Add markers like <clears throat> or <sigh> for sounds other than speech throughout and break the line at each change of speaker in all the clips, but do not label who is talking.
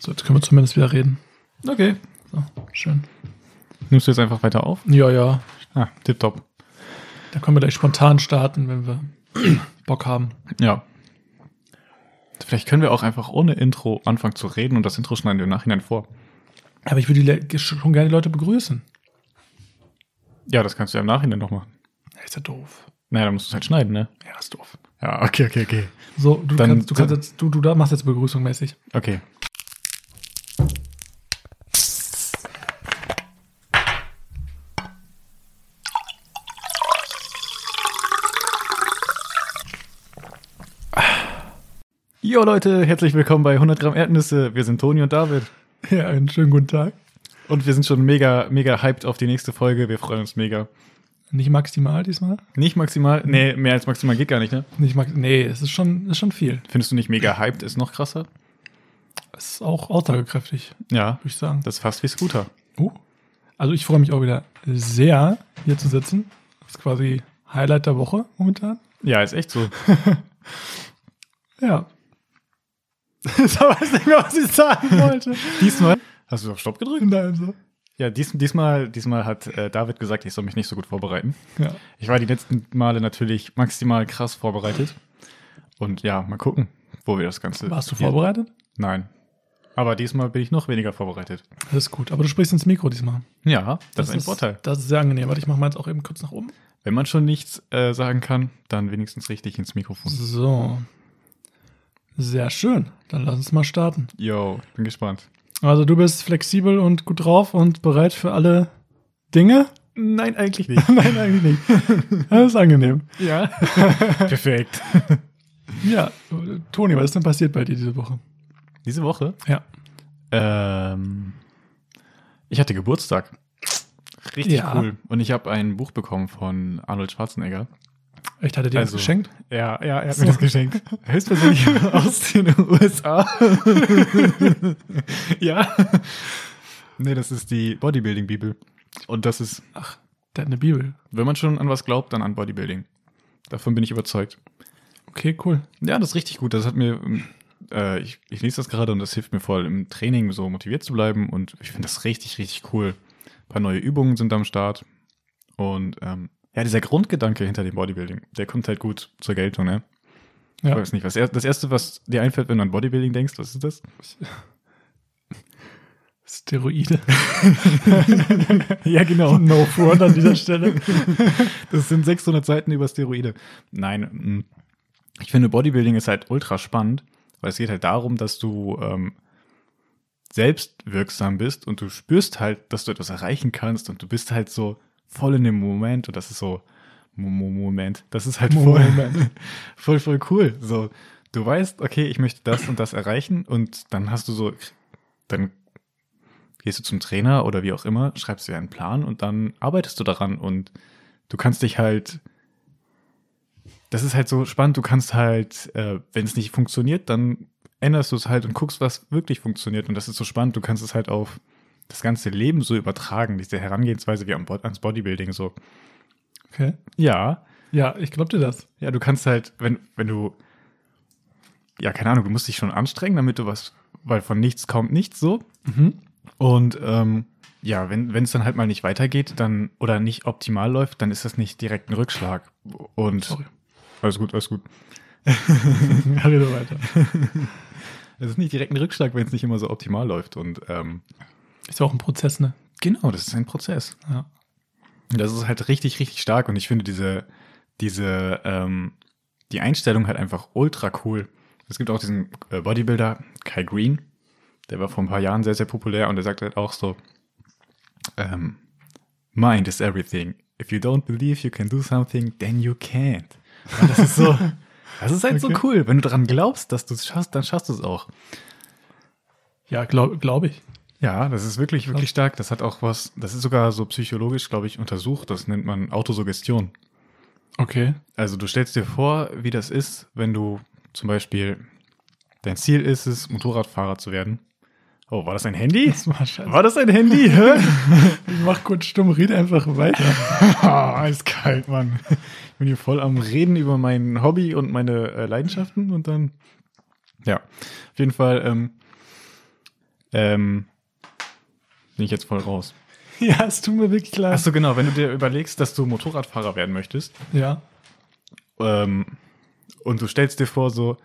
So, jetzt können wir zumindest wieder reden. Okay, so, schön.
Nimmst du jetzt einfach weiter auf?
Ja, ja,
Ah, tipptopp.
da können wir gleich spontan starten, wenn wir <clears throat> Bock haben.
Ja. Vielleicht können wir auch einfach ohne Intro anfangen zu reden und das Intro schneiden wir im Nachhinein vor.
Aber ich würde die Le schon gerne die Leute begrüßen.
Ja, das kannst du ja im Nachhinein noch machen.
Ja, ist ja doof.
Naja, dann musst du es halt schneiden, ne?
Ja, ist doof.
Ja, okay, okay, okay.
So, du
Dann-
kannst, du kannst jetzt, du, du da machst jetzt Begrüßung mäßig.
Okay. Jo Leute, herzlich willkommen bei 100 Gramm Erdnüsse. Wir sind Toni und David.
<laughs> Ja, einen schönen guten Tag.
Und wir sind schon mega, mega hyped auf die nächste Folge. Wir freuen uns mega.
Nicht maximal diesmal?
Nicht maximal, nee, mehr als maximal geht gar nicht, ne?
Nicht max nee, es ist schon, ist schon viel.
Findest du nicht mega hyped ist noch krasser?
Es ist auch aussagekräftig,
Ja,
würde ich sagen.
das ist fast wie Scooter.
Oh. Also ich freue mich auch wieder sehr, hier zu sitzen. Das ist quasi Highlight der Woche momentan.
Ja, ist echt <laughs> so.
Ja.
ich weiß nicht mehr, was ich sagen
<laughs> Leute.
Diesmal. Hast du auf Stopp gedrückt?
Nein, so.
Ja, dies, diesmal, diesmal hat äh, David gesagt, ich soll mich nicht so gut vorbereiten.
Ja.
Ich war die letzten Male natürlich maximal krass vorbereitet. Und ja, mal gucken, wo wir das Ganze.
Warst du
hier-
vorbereitet?
Nein. Aber diesmal bin ich noch weniger vorbereitet.
Das ist gut. Aber du sprichst ins Mikro diesmal.
Ja, das, ist ein Vorteil.
Das ist sehr angenehm. Warte, ich mache mal jetzt auch eben kurz nach oben.
Wenn man schon nichts äh, sagen kann, dann wenigstens richtig ins Mikrofon.
So. Sehr schön. Dann lass uns mal starten.
Yo, ich bin gespannt.
Also du bist flexibel und gut drauf und bereit für alle Dinge? <laughs>
Nein, eigentlich nicht.
Nein, eigentlich nicht. Das ist angenehm.
ja. <laughs> Perfekt.
Ja, Toni, was ist denn passiert bei dir diese Woche?
Diese Woche?
Ja.
Ähm, ich hatte Geburtstag. Richtig
Ja.
cool. Und ich habe ein Buch bekommen von Arnold Schwarzenegger.
Ich hatte dir
Also-
das geschenkt.
Ja, ja, er hat
mir das
geschenkt. <laughs> Höchstpersönlich aus den USA. <laughs> ja. Nee, das ist die Bodybuilding-Bibel. Und das ist,
Ach, der hat eine Bibel.
wenn man schon an was glaubt, dann an Bodybuilding. Davon bin ich überzeugt.
Okay, cool.
Ja, das ist richtig gut. Das hat mir, ähm, äh, ich, ich lese das gerade und das hilft mir voll im Training so motiviert zu bleiben und ich finde das richtig, richtig cool. Ein paar neue Übungen sind am Start und ähm, ja, dieser Grundgedanke hinter dem Bodybuilding, der kommt halt gut zur Geltung, ne? Ich
Ja.
weiß nicht, was er, das erste, was dir einfällt, wenn du an Bodybuilding denkst, was ist das?
<laughs> Steroide.
ja, genau.
no front an dieser Stelle.
Das sind 600 Seiten über Steroide. Nein, mm. ich finde Bodybuilding ist halt ultra spannend, weil es geht halt darum, dass du ähm, selbstwirksam bist und du spürst halt, dass du etwas erreichen kannst und du bist halt so voll in dem Moment und das ist so Mo- Mo- Moment, das ist halt voll,
Moment.
<laughs> voll, voll cool. So, du weißt, okay, ich möchte das und das erreichen und dann hast du so, dann gehst du zum Trainer oder wie auch immer, schreibst dir einen Plan und dann arbeitest du daran und du kannst dich halt, das ist halt so spannend, du kannst halt, äh, wenn es nicht funktioniert, dann änderst du es halt und guckst, was wirklich funktioniert und das ist so spannend, du kannst es halt auf das ganze Leben so übertragen, diese Herangehensweise wie am Bo- ans Bodybuilding so.
Okay.
Ja,
Ja, ich glaub dir das.
ja, du kannst halt, wenn, wenn du, ja, keine Ahnung, du musst dich schon anstrengen, damit du was, weil von nichts kommt nichts so.
Mhm.
Und ähm, ja, wenn wenn es dann halt mal nicht weitergeht, dann oder nicht optimal läuft, dann ist das nicht direkt ein Rückschlag. Und
Sorry.
alles gut, alles gut.
Ja, rede weiter.
Es ist nicht direkt ein Rückschlag, wenn es nicht immer so optimal läuft. Und ähm,
Ist ja auch ein Prozess, ne?
genau, das ist ein Prozess.
Ja.
Und Das ist halt richtig, richtig stark und ich finde diese, diese, ähm, die Einstellung halt einfach ultra cool. Es gibt auch diesen äh, Bodybuilder, Kai Green, der war vor ein paar Jahren sehr, sehr populär und der sagt halt auch so, ähm, Mind is everything. If you don't believe you can do something, then you can't. Und das ist so, das ist halt
Okay.
so cool. Wenn du daran glaubst, dass du es schaffst, dann schaffst du es auch.
Ja, glaube glaub ich.
Ja, das ist wirklich, wirklich stark. Das hat auch was, das ist sogar so psychologisch, glaube ich, untersucht. Das nennt man Autosuggestion.
Okay.
Also du stellst dir vor, wie das ist, wenn du zum Beispiel, dein Ziel ist es, Motorradfahrer zu werden. Oh, war das ein <laughs> Handy?
Das war scheiße.
War das ein Handy? <laughs> Hä?
Ich mach kurz stumm, red einfach weiter.
Ah, eiskalt, Mann. Ich bin hier voll am Reden über mein Hobby und meine äh, Leidenschaften und dann. Ja, auf jeden Fall. Ähm, Ähm, bin ich jetzt voll raus.
<laughs> Ja, es tut mir wirklich leid.
Achso, genau, wenn du dir überlegst, dass du Motorradfahrer werden möchtest,
Ja.
ähm, und du stellst dir vor, so,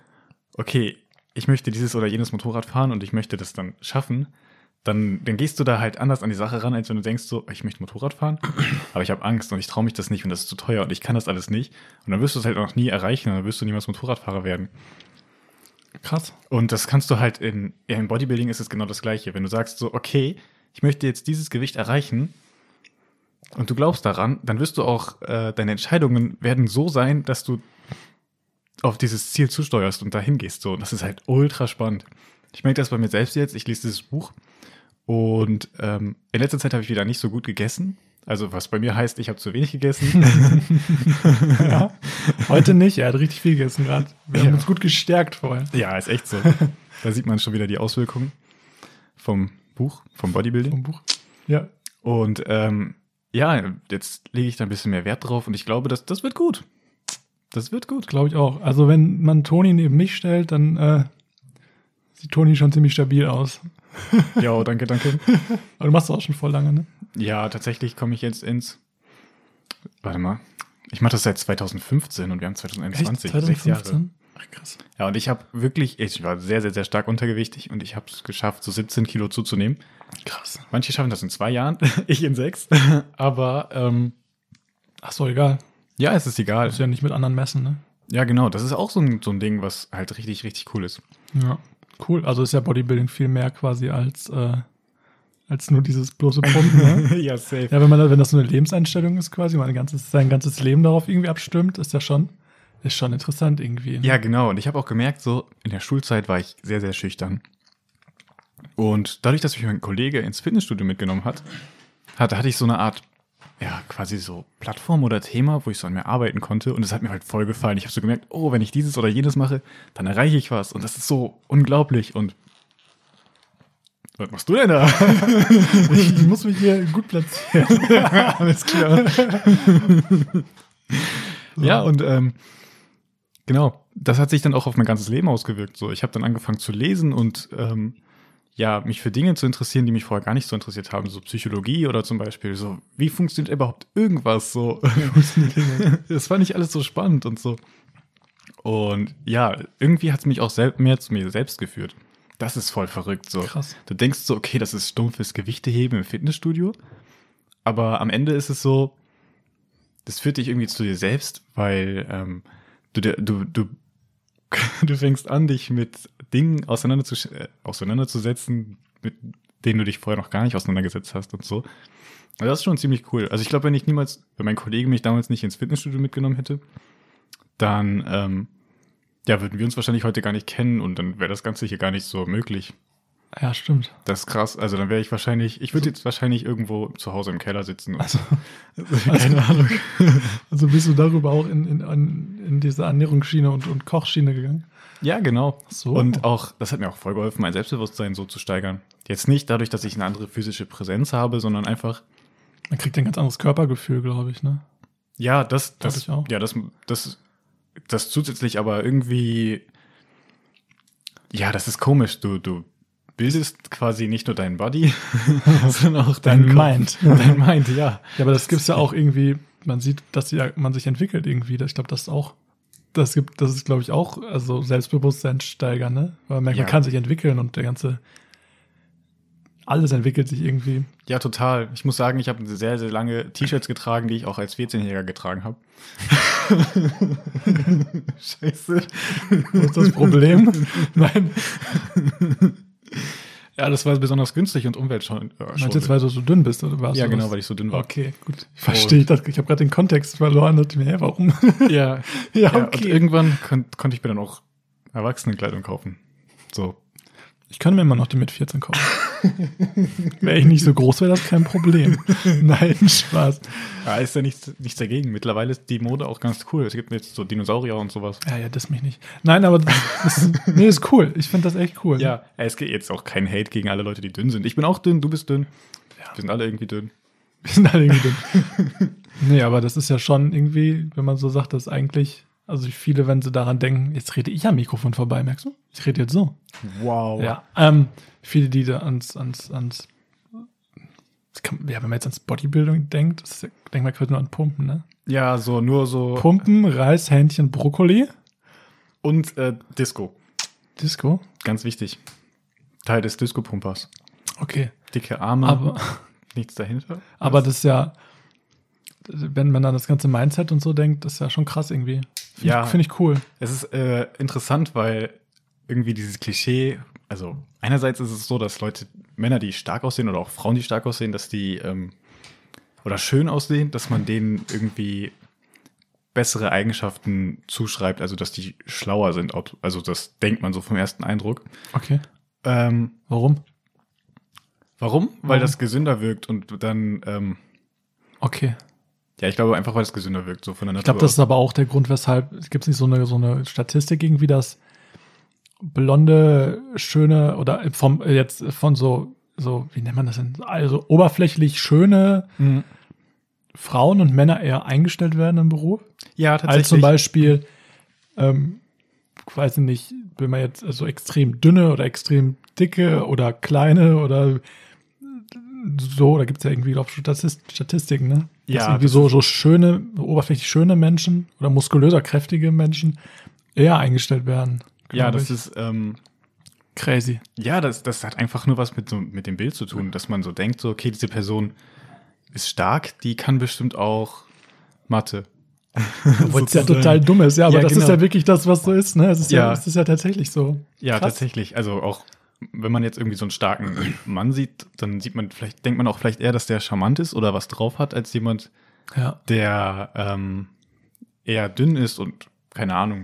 okay, ich möchte dieses oder jenes Motorrad fahren und ich möchte das dann schaffen, dann, dann gehst du da halt anders an die Sache ran, als wenn du denkst, so, ich möchte Motorrad fahren, aber ich habe Angst und ich traue mich das nicht und das ist zu teuer und ich kann das alles nicht. Und dann wirst du es halt auch noch nie erreichen und dann wirst du niemals Motorradfahrer werden.
Krass.
Und das kannst du halt in, ja, im Bodybuilding ist es genau das Gleiche. Wenn du sagst so, okay, ich möchte jetzt dieses Gewicht erreichen und du glaubst daran, dann wirst du auch, äh, deine Entscheidungen werden so sein, dass du auf dieses Ziel zusteuerst und dahin gehst. So, und das ist halt ultra spannend. Ich merke das bei mir selbst jetzt. Ich lese dieses Buch und ähm, in letzter Zeit habe ich wieder nicht so gut gegessen. Also was bei mir heißt, ich habe zu wenig gegessen.
Ja. Heute nicht. Er hat richtig viel gegessen gerade. Wir
Ja.
haben uns gut gestärkt vorher.
ja, ist echt so. Da sieht man schon wieder die Auswirkungen vom Buch, vom Bodybuilding.
Vom Buch. Ja.
Und ähm, ja, jetzt lege ich da ein bisschen mehr Wert drauf und ich glaube, das, das wird gut. Das
<laughs>
wird gut.
Glaube ich auch. Also wenn man Toni neben mich stellt, dann äh, sieht Toni schon ziemlich stabil aus.
Ja, danke, danke.
Aber du machst das auch schon voll lange, ne?
ja, tatsächlich komme ich jetzt ins. Warte mal. Ich mache das seit 2015 und wir haben 2021. sechs Jahre.
Ach, krass.
Ja, und ich habe wirklich, ich war sehr, sehr, sehr stark untergewichtig und ich habe es geschafft, so 17 Kilo zuzunehmen.
Krass.
Manche schaffen das in zwei Jahren, <laughs> ich in sechs. Aber ähm,
Ach so, egal.
ja, es ist egal.
Ist ja nicht mit anderen messen, ne?
Ja, genau. Das ist auch so ein, so ein Ding, was halt richtig, richtig cool ist.
Ja. Cool. Also ist ja Bodybuilding viel mehr quasi als, äh, als nur dieses bloße Pumpen,
<laughs>
ne?
<laughs> ja, safe.
Ja, wenn man wenn das so eine Lebenseinstellung ist quasi, man ein ganzes, sein ganzes Leben darauf irgendwie abstimmt, ist ja schon, ist schon interessant irgendwie.
Ja, genau. Und ich habe auch gemerkt, so in der Schulzeit war ich sehr, sehr schüchtern. Und dadurch, dass mich mein Kollege ins Fitnessstudio mitgenommen hat, hatte, hatte ich so eine Art, ja, quasi so Plattform oder Thema, wo ich so an mir arbeiten konnte. Und es hat mir halt voll gefallen. Ich habe so gemerkt, oh, wenn ich dieses oder jenes mache, dann erreiche ich was. Und das ist so unglaublich. Und was machst du denn da?
Ich <laughs> muss mich hier gut platzieren.
<laughs> Alles klar. ja, und ähm, genau, das hat sich dann auch auf mein ganzes Leben ausgewirkt. So, ich habe dann angefangen zu lesen und ähm, ja, mich für Dinge zu interessieren, die mich vorher gar nicht so interessiert haben, so Psychologie oder zum Beispiel, so, wie funktioniert überhaupt irgendwas so? <laughs> das fand ich alles so spannend und so. Und ja, irgendwie hat es mich auch sel- mehr zu mir selbst geführt. Das ist voll verrückt so.
Krass.
Du denkst so, okay, das ist stumpfes Gewichteheben im Fitnessstudio. Aber am Ende ist es so, das führt dich irgendwie zu dir selbst, weil ähm, du, dir- du, du, <laughs> du fängst an, dich mit Dingen auseinanderzusch- äh, auseinanderzusetzen, mit denen du dich vorher noch gar nicht auseinandergesetzt hast und so. Also das ist schon ziemlich cool. Also ich glaube, wenn ich niemals, wenn mein Kollege mich damals nicht ins Fitnessstudio mitgenommen hätte, dann ähm, ja, würden wir uns wahrscheinlich heute gar nicht kennen und dann wäre das Ganze hier gar nicht so möglich.
Ja, stimmt.
Das ist krass. Also dann wäre ich wahrscheinlich, ich würde jetzt wahrscheinlich irgendwo zu Hause im Keller sitzen.
<laughs>
Und,
Also,
<laughs> keine Ahnung.
also bist du darüber auch in, in, an- in diese Ernährungsschiene und, und Kochschiene gegangen?
Ja, genau.
so.
Und auch, das hat mir auch voll geholfen, mein Selbstbewusstsein so zu steigern. Jetzt nicht dadurch, dass ich eine andere physische Präsenz habe, sondern einfach,
Man kriegt ein ganz anderes Körpergefühl, glaube ich, ne?
ja, das,
Glaub
das,
ich auch.
ja, das, das, das zusätzlich, aber irgendwie, ja, das ist komisch. Du, du bildest quasi nicht nur deinen Body, <laughs> sondern auch
Dein
deinen
Mind.
Kopf. Dein Mind, ja.
Ja, aber das gibt's ja auch irgendwie, man sieht, dass die, man sich entwickelt irgendwie. Ich glaube, das ist auch, das gibt, das ist, glaube ich, auch, also Selbstbewusstsein steigern, ne? Weil man merkt, man
Ja.
kann sich entwickeln und der ganze, alles entwickelt sich irgendwie.
Ja, total. Ich muss sagen, ich habe sehr, sehr lange T-Shirts getragen, die ich auch als 14-Jähriger getragen <laughs> habe. Scheiße.
Wo ist das
<laughs>
Problem? Nein,
Ja, das war besonders günstig und umweltschonend.
meinst du jetzt, weil du so dünn bist oder was?
ja, genau, weil ich so dünn war.
Okay, gut. Ich verstehe das. Ich habe gerade den Kontext verloren. Dachte mir, hä,
<laughs>
warum?
<laughs> Ja,
ja,
ja und irgendwann kon konnte ich mir dann auch Erwachsenenkleidung kaufen. So.
ich könnte mir immer noch die mit 14
<laughs>
kaufen. wäre ich nicht so groß, wäre das kein
<laughs>
Problem. Nein, Spaß.
Ja, ist ja nichts, nichts dagegen. Mittlerweile ist die Mode auch ganz cool. Es gibt jetzt so Dinosaurier und sowas.
Ja, ja, das mich nicht. Nein, aber das ist, nee, ist cool. Ich finde das echt cool.
Ja, es geht jetzt auch kein Hate gegen alle Leute, die dünn sind. Ich bin auch dünn, du bist dünn.
Ja.
Wir sind alle irgendwie dünn.
Wir sind alle irgendwie dünn. nee, aber das ist ja schon irgendwie, wenn man so sagt, dass eigentlich Also wie viele, wenn sie daran denken, jetzt rede ich am Mikrofon vorbei, merkst du? Ich rede jetzt so.
Wow.
Ja. Ähm, viele, die da ans, ans, ans das kann, ja, wenn man jetzt ans Bodybuilding denkt, das ist, denkt man gerade nur an Pumpen, ne?
Ja, so, nur so.
Pumpen, Reis, Hähnchen, Brokkoli,
Und äh, Disco.
Disco.
Ganz wichtig. Teil des Disco-Pumpers.
Okay.
Dicke Arme,
Aber,
nichts dahinter.
aber das ist ja, wenn man an das ganze Mindset und so denkt, das ist ja schon krass irgendwie. Find
Ja.
Ich, Finde ich cool.
Es ist äh, interessant, weil irgendwie dieses Klischee, also einerseits ist es so, dass Leute, Männer, die stark aussehen oder auch Frauen, die stark aussehen, dass die ähm, oder schön aussehen, dass man denen irgendwie bessere Eigenschaften zuschreibt, also dass die schlauer sind. ob- Also das denkt man so vom ersten Eindruck.
Okay.
Ähm,
Warum?
warum? Weil
Warum?
das gesünder wirkt und dann, ähm,
Okay.
ja, ich glaube einfach, weil es gesünder wirkt, so von der Natur.
Ich glaube, das ist aber auch der Grund, weshalb es gibt nicht so eine, so eine Statistik irgendwie, dass blonde, schöne oder vom jetzt von so, so, wie nennt man das denn? Also oberflächlich schöne
aus. Mhm.
Frauen und Männer eher eingestellt werden im Beruf.
Ja,
Als
tatsächlich.
zum Beispiel, ähm, weiß ich nicht, wenn man jetzt so extrem dünne oder extrem dicke oder kleine oder so, da gibt es ja irgendwie auch Statist Statistiken, ne? Dass
Ja,
irgendwie
das
so, so schöne, oberflächlich schöne Menschen oder muskulöser, kräftige Menschen eher eingestellt werden. Genau,
ja,
glaub ich.
das ist, ähm,
crazy.
Ja, das, das hat einfach nur was mit, so, mit dem Bild zu tun, dass man so denkt, so, okay, diese Person ist stark, die kann bestimmt auch Mathe.
<laughs> Obwohl es ja
Sozusagen.
total dumm ist, ja, aber
Ja,
das ist
genau.
ja wirklich das, was so ist, ne? Es ist ja,
Ja.
es ist ja tatsächlich so.
Ja,
Krass.
tatsächlich. Also auch, wenn man jetzt irgendwie so einen starken Mann sieht, dann sieht man vielleicht, denkt man auch vielleicht eher, dass der charmant ist oder was drauf hat, als jemand,
Ja,
der ähm, eher dünn ist und keine Ahnung.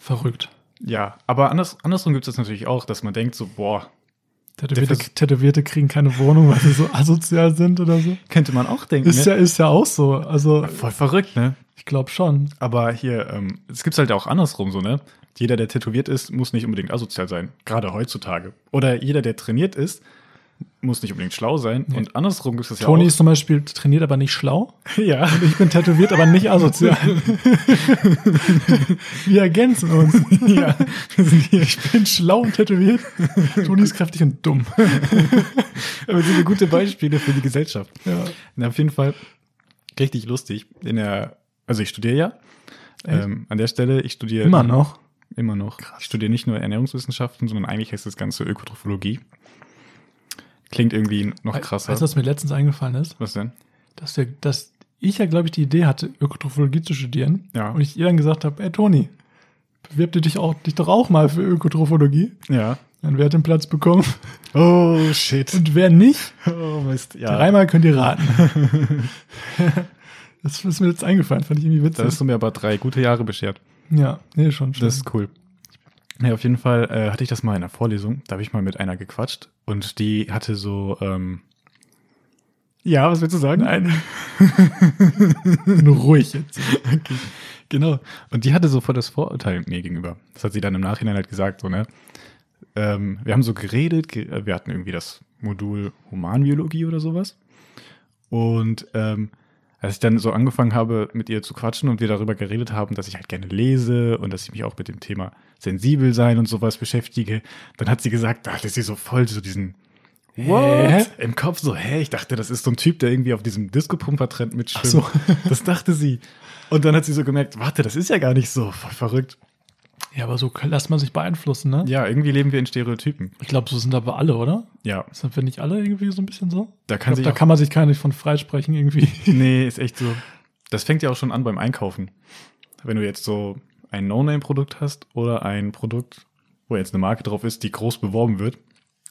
verrückt.
Ja, aber anders, andersrum gibt es das natürlich auch, dass man denkt so, boah,
Tätowierte,
Vers-
Tätowierte kriegen keine Wohnung, weil sie so <laughs> asozial sind oder so.
könnte man auch denken.
Ist
ne?
ja, ist ja auch so. Also,
Voll verrückt, ne?
ich glaube schon.
Aber hier, ähm, es gibt halt auch andersrum so, ne? Jeder, der tätowiert ist, muss nicht unbedingt asozial sein, gerade heutzutage. Oder jeder, der trainiert ist, muss nicht unbedingt schlau sein.
Nee.
Und andersrum gibt es ja
Toni ist zum Beispiel trainiert, aber nicht schlau.
auch. <laughs> Ja,
Ich bin tätowiert, aber nicht
<laughs>
asozial. Wir ergänzen uns.
<laughs> ja.
Ich bin schlau und tätowiert. Toni ist kräftig und dumm.
Aber sind gute Beispiele für die Gesellschaft.
Ja.
Na, auf jeden Fall richtig lustig. In der, also ich studiere ja.
Echt?
Ähm, an der Stelle, ich studiere
Immer noch.
Immer noch. Ich studiere nicht nur Ernährungswissenschaften, sondern eigentlich heißt das Ganze Ökotrophologie. Klingt irgendwie noch krasser.
Weißt du, was mir letztens eingefallen ist?
was denn?
Dass, wir, dass ich ja, glaube ich, die Idee hatte, Ökotrophologie zu studieren.
Ja.
Und ich ihr dann gesagt habe, ey Toni, bewirb dich, auch, dich doch auch mal für Ökotrophologie.
Ja.
Dann wer hat den Platz bekommen
Oh, shit.
und wer nicht,
Oh Mist, ja.
Dreimal könnt ihr raten. <laughs> das ist mir jetzt eingefallen, fand ich irgendwie
Da
witzig.
hast du mir aber drei gute Jahre beschert.
ja, nee, schon. schon.
Das ist cool. Ja, auf jeden Fall äh, hatte ich das mal in der Vorlesung. Da habe ich mal mit einer gequatscht und die hatte so. Ähm ja, was willst du sagen? Nein.
nur ruhig jetzt.
Genau. Und die hatte so voll das Vorurteil mir gegenüber. Das hat sie dann im Nachhinein halt gesagt, so, ne? Ähm, wir haben so geredet, ge äh, wir hatten irgendwie das Modul Humanbiologie oder sowas. Und ähm, als ich dann so angefangen habe, mit ihr zu quatschen und wir darüber geredet haben, dass ich halt gerne lese und dass ich mich auch mit dem Thema sensibel sein und sowas beschäftige, dann hat sie gesagt, da hatte sie so voll so diesen Hä?
What?
Im Kopf so, hä, ich dachte, das ist so ein Typ, der irgendwie auf diesem Disco-Pumper-Trend mitschwimmt.
Ach
Das dachte sie. Und dann hat sie so gemerkt, warte, das ist ja gar nicht so Voll verrückt.
Ja, aber so lässt man sich beeinflussen, ne?
Ja, irgendwie leben wir in Stereotypen.
Ich glaube, so sind aber alle, oder?
Ja,
Sind wir nicht alle irgendwie so ein bisschen so?
da
Ich
kann
glaub,
sich
da kann man sich gar nicht von freisprechen irgendwie. <laughs>
auch, Nee, ist echt so. Das fängt ja auch schon an beim Einkaufen. Wenn du jetzt so ein No-Name-Produkt hast oder ein Produkt, wo jetzt eine Marke drauf ist, die groß beworben wird,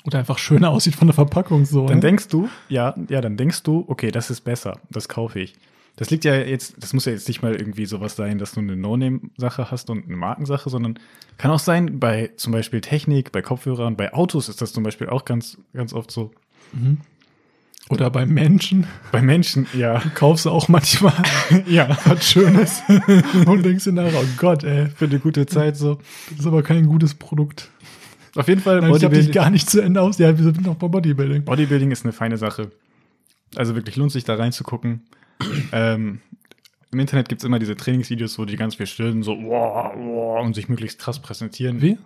Oder einfach schöner aussieht von der Verpackung so.
Dann
ne?
denkst du, ja, ja, dann denkst du, okay, das ist besser, das kaufe ich. Das liegt ja jetzt, das muss ja jetzt nicht mal irgendwie sowas sein, dass du eine No-Name-Sache hast und eine Markensache, sondern kann auch sein, bei zum Beispiel Technik, bei Kopfhörern, bei Autos ist das zum Beispiel auch ganz, ganz oft so.
Oder bei Menschen
Bei Menschen, <laughs> ja,
kaufst du auch manchmal <laughs>
ja,
was Schönes und denkst dir nachher, oh Gott, ey,
für eine gute Zeit so.
das ist aber kein gutes Produkt.
Auf jeden Fall,
Ich habe dich
Bodybuilding,
gar nicht zu Ende aus. Ja, wir sind noch bei Bodybuilding.
Bodybuilding ist eine feine Sache. Also wirklich lohnt sich da reinzugucken. ähm, Im Internet gibt es immer diese Trainingsvideos, wo die ganz viel stillen, so wow, wow, und sich möglichst krass präsentieren.
Wie?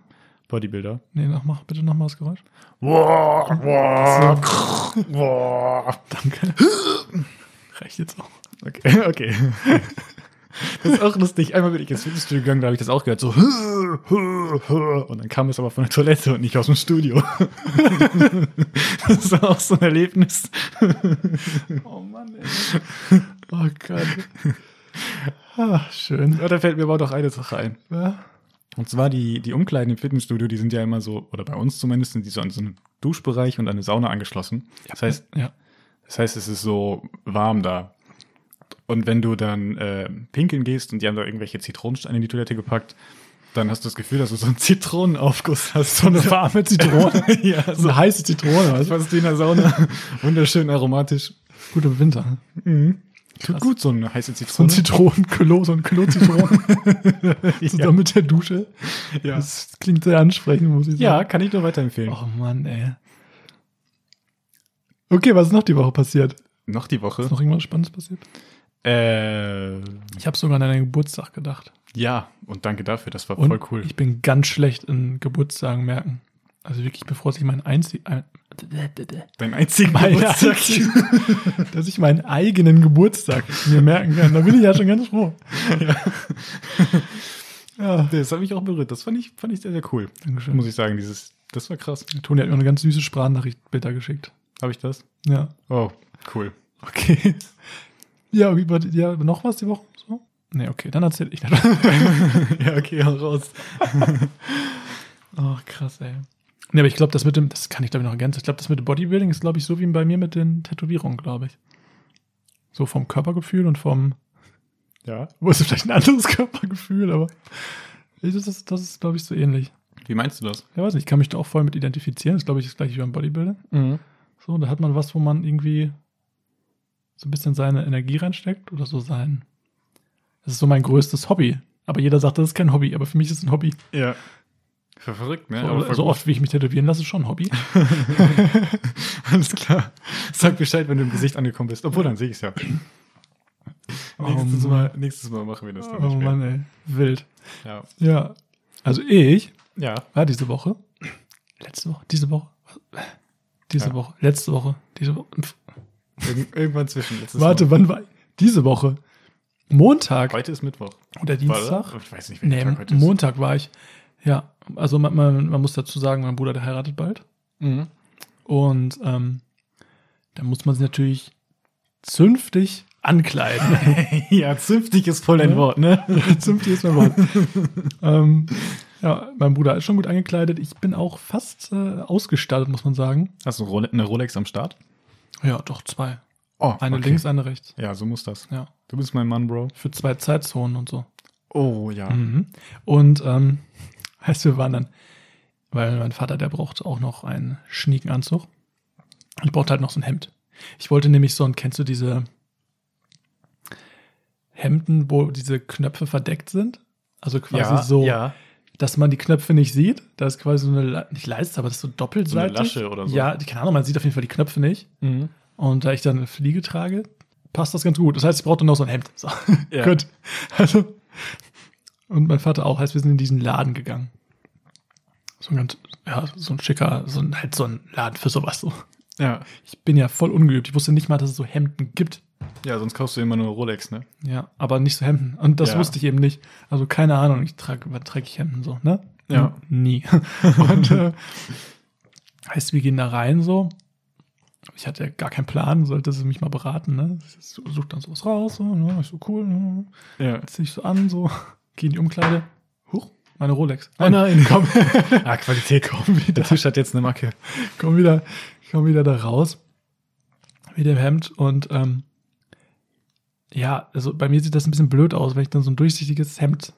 Bodybuilder.
Nee, noch, mach bitte nochmal das Geräusch.
Wow, wow, krrr, wow.
<laughs> Danke. Reicht jetzt auch.
Okay, okay. Das ist auch lustig. Einmal bin ich ins Fitnessstudio gegangen, da habe ich das auch gehört. So. Und dann kam es aber von der Toilette und nicht aus dem Studio. Das ist auch so ein Erlebnis.
Oh Mann, ey. <laughs> Oh Gott. Ah, schön.
Ja, da fällt mir aber doch eine Sache ein.
Ja.
Und zwar die, die Umkleiden im Fitnessstudio, die sind ja immer so, oder bei uns zumindest, sind die so an so einen Duschbereich und an eine Sauna angeschlossen. Das heißt,
Ja.
das heißt, es ist so warm da. Und wenn du dann äh, pinkeln gehst und die haben da irgendwelche Zitronensteine in die Toilette gepackt, dann hast du das Gefühl, dass du so einen Zitronenaufguss hast. So eine
Warme Zitrone.
ja,
So
so
eine heiße Zitrone.
<laughs> das
Also.
warst du in der Sauna. Wunderschön aromatisch.
Gut im Winter.
Tut gut, so eine heiße
So ein
Zitrone.
Zitronenklo, so ein <laughs> Klo-Zitronen zusammen mit der Dusche.
<laughs> ja.
Das klingt sehr ansprechend, muss ich
ja,
sagen.
kann ich nur weiterempfehlen.
Oh Mann, ey. Okay, was ist noch die Woche passiert?
Noch die Woche.
Ist noch irgendwas Spannendes passiert?
Äh,
Ich habe sogar an deinen Geburtstag gedacht.
ja, und danke dafür, das war
Und
voll cool.
ich bin ganz schlecht in Geburtstagen merken. Also wirklich, bevor ich meinen einzigen, ein,
Dein einziger <laughs>
Mein
Geburtstag.
dass ich meinen eigenen Geburtstag mir merken kann, da bin ich ja schon ganz froh. Ja.
Das habe ich auch berührt. Das fand ich, fand ich sehr, sehr cool.
Dankeschön.
Muss ich sagen, dieses, das war krass.
Toni hat mir eine ganz süße Sprachnachricht Bilder geschickt.
Habe ich das?
Ja.
Oh, cool.
Okay. <laughs> Ja, über, ja, noch was die Woche? So? Nee, okay, dann erzähl ich.
ja, okay, hau raus.
<laughs> Ach, krass, ey. Nee, aber ich glaube, das mit dem, das kann ich glaube ich noch ergänzen. Ich glaube, das mit dem Bodybuilding ist, glaube ich, so wie bei mir mit den Tätowierungen, glaube ich. So vom Körpergefühl und vom,
Ja.
wo ist vielleicht ein anderes <laughs> Körpergefühl, aber ich- das ist, das ist glaube ich, so ähnlich.
Wie meinst du das?
Ja, weiß nicht, ich kann mich da auch voll mit identifizieren. Das ist, glaube ich, das gleiche wie beim Bodybuilding.
Mhm.
So, da hat man was, wo man irgendwie so ein bisschen seine Energie reinsteckt oder so sein. Das ist so mein größtes Hobby. Aber jeder sagt, das ist kein Hobby, aber für mich ist es ein Hobby.
Ja. Ver- Verrückt, ne? Aber
So,
voll
so
gut.
oft, wie ich mich tätowieren lasse, ist schon ein
<laughs>
Hobby.
Alles klar. Sag Bescheid, wenn du im Gesicht angekommen bist. Obwohl, dann sehe ich es ja.
Oh,
nächstes,
Mann.
mal, nächstes Mal machen wir das dann
Oh
nicht mehr.
Mann, ey. Wild.
Ja.
Ja. Also ich
ja.
war diese Woche. Letzte Woche? Diese Woche? Diese
Ja.
Woche. Letzte Woche. Diese Woche. <laughs>
Irgend- irgendwann zwischen. Letztes
Warte,
Mal.
wann war. Diese Woche. Montag
Heute ist Mittwoch.
oder Dienstag?
Warte, Oh, Ich weiß nicht, welcher
Nee,
Tag heute ist.
Montag war ich. Ja. Also man, man, man muss dazu sagen, mein Bruder, der heiratet bald.
Mhm.
Und ähm, da muss man sich natürlich zünftig
<laughs>
ankleiden.
<laughs> ja, zünftig ist voll dein
Ne? <laughs>
Wort, ne?
zünftig ist mein Wort. ähm, ja, mein Bruder ist schon gut angekleidet. Ich bin auch fast äh, ausgestattet, muss man sagen.
Hast du Role- eine Rolex am Start?
Ja, doch zwei.
Oh,
Eine links, eine rechts.
Ja, so muss das.
Ja.
Du bist mein Mann, Bro.
Für zwei Zeitzonen und so.
Oh, ja.
Mhm. Und ähm, <laughs> heißt, wir waren dann, weil mein Vater, der braucht auch noch einen schnieken Anzug. Ich brauchte halt noch so ein Hemd. Ich wollte nämlich so ein, kennst du diese Hemden, wo diese Knöpfe verdeckt sind? Also quasi
ja,
so,
Ja.
dass man die Knöpfe nicht sieht. Da ist quasi so eine, Le- nicht Leiste, aber das ist so doppelseitig.
Lasche oder so.
Ja, keine Ahnung, man sieht auf jeden Fall die Knöpfe nicht. Und da ich dann eine Fliege trage, passt das ganz gut. Das heißt, ich brauchte noch so ein Hemd. So. <laughs>
Ja.
Gut. Also, und mein Vater auch. Heißt, wir sind in diesen Laden gegangen. So ein ganz, ja, so ein schicker, so ein, halt so ein Laden für sowas. So.
Ja.
Ich bin ja voll ungeübt. Ich wusste nicht mal, dass es so Hemden gibt.
ja, sonst kaufst du immer nur Rolex, ne?
Ja, aber nicht so Hemden. Und das
Ja.
wusste ich eben nicht. Also keine Ahnung, ich trage, was trage ich Hemden so, ne?
Ja.
N- Nie. <laughs> Und äh, heißt, wir gehen da rein so. Ich hatte ja gar keinen Plan, sollte sie mich mal beraten, ne? Sie Sucht dann sowas raus, so, ne? Ich so cool, ne?
Ja.
zieh ich so an, so, geh in die Umkleide. Huch, meine Rolex.
nein, komm. <laughs> ah, Qualität, komm wieder. Der Tisch hat jetzt eine Macke.
komm wieder, komm wieder da raus mit dem Hemd und ähm, ja, also bei mir sieht das ein bisschen blöd aus, wenn ich dann so ein durchsichtiges Hemd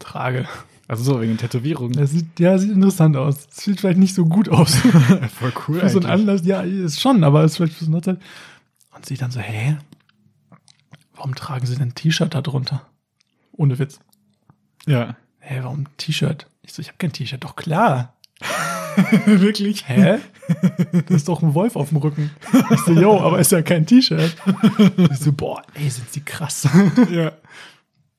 trage.
Also so, wegen Tätowierungen.
Das sieht, ja, sieht interessant aus. Das sieht vielleicht nicht so gut aus.
<laughs> Voll cool
für so einen
eigentlich.
Anlass, ja, ist schon, aber ist vielleicht für so eine Zeit. Und sie dann so, hä? Warum tragen sie denn ein T-Shirt da drunter? Ohne Witz.
Ja.
Hä, warum ein T-Shirt? Ich so, ich habe kein T-Shirt. Doch klar.
<laughs> Wirklich?
Hä? <laughs> Das ist doch ein Wolf auf dem Rücken. Ich so, yo, aber ist ja kein T-Shirt. Ich so, boah, ey, sind sie krass.
Ja.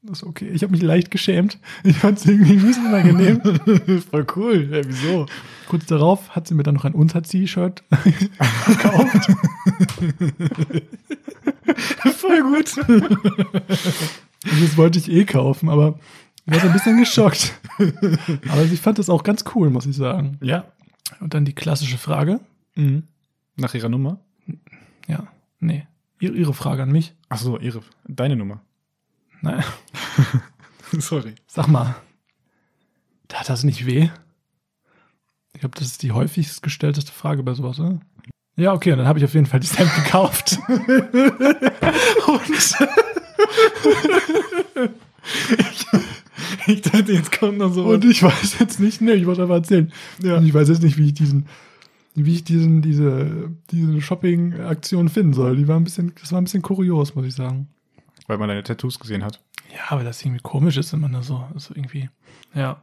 Das ist okay. Ich habe mich leicht geschämt. Ich fand es irgendwie ein bisschen unangenehm.
<laughs> Voll cool. Ja, wieso?
Kurz darauf hat sie mir dann noch ein Unter-T-Shirt
<laughs>
gekauft.
Voll gut.
Und das wollte ich eh kaufen, aber ich war so ein bisschen geschockt. Aber ich fand das auch ganz cool, muss ich sagen.
Ja.
Und dann die klassische Frage.
Mhm. Nach ihrer Nummer?
Ja, nee. Ihre, ihre Frage an mich.
Ach so, ihre. Deine Nummer. <laughs>
Nein,
Sorry.
sag mal. Tat das nicht weh? Ich glaube, das ist die häufigst gestellteste Frage bei sowas, oder? Ja, okay, und dann habe ich auf jeden Fall das <laughs> Hemd gekauft. und,
Ich dachte, jetzt kommt noch so.
und ich weiß jetzt nicht, ne, ich wollte einfach erzählen. Und ich weiß jetzt nicht, wie ich diesen, wie ich diesen, diese, diese Shopping-Aktion finden soll. Die war ein bisschen, das war ein bisschen kurios, muss ich sagen.
Weil man deine Tattoos gesehen hat.
Ja, aber das irgendwie komisch ist immer nur so, ist so irgendwie. Ja.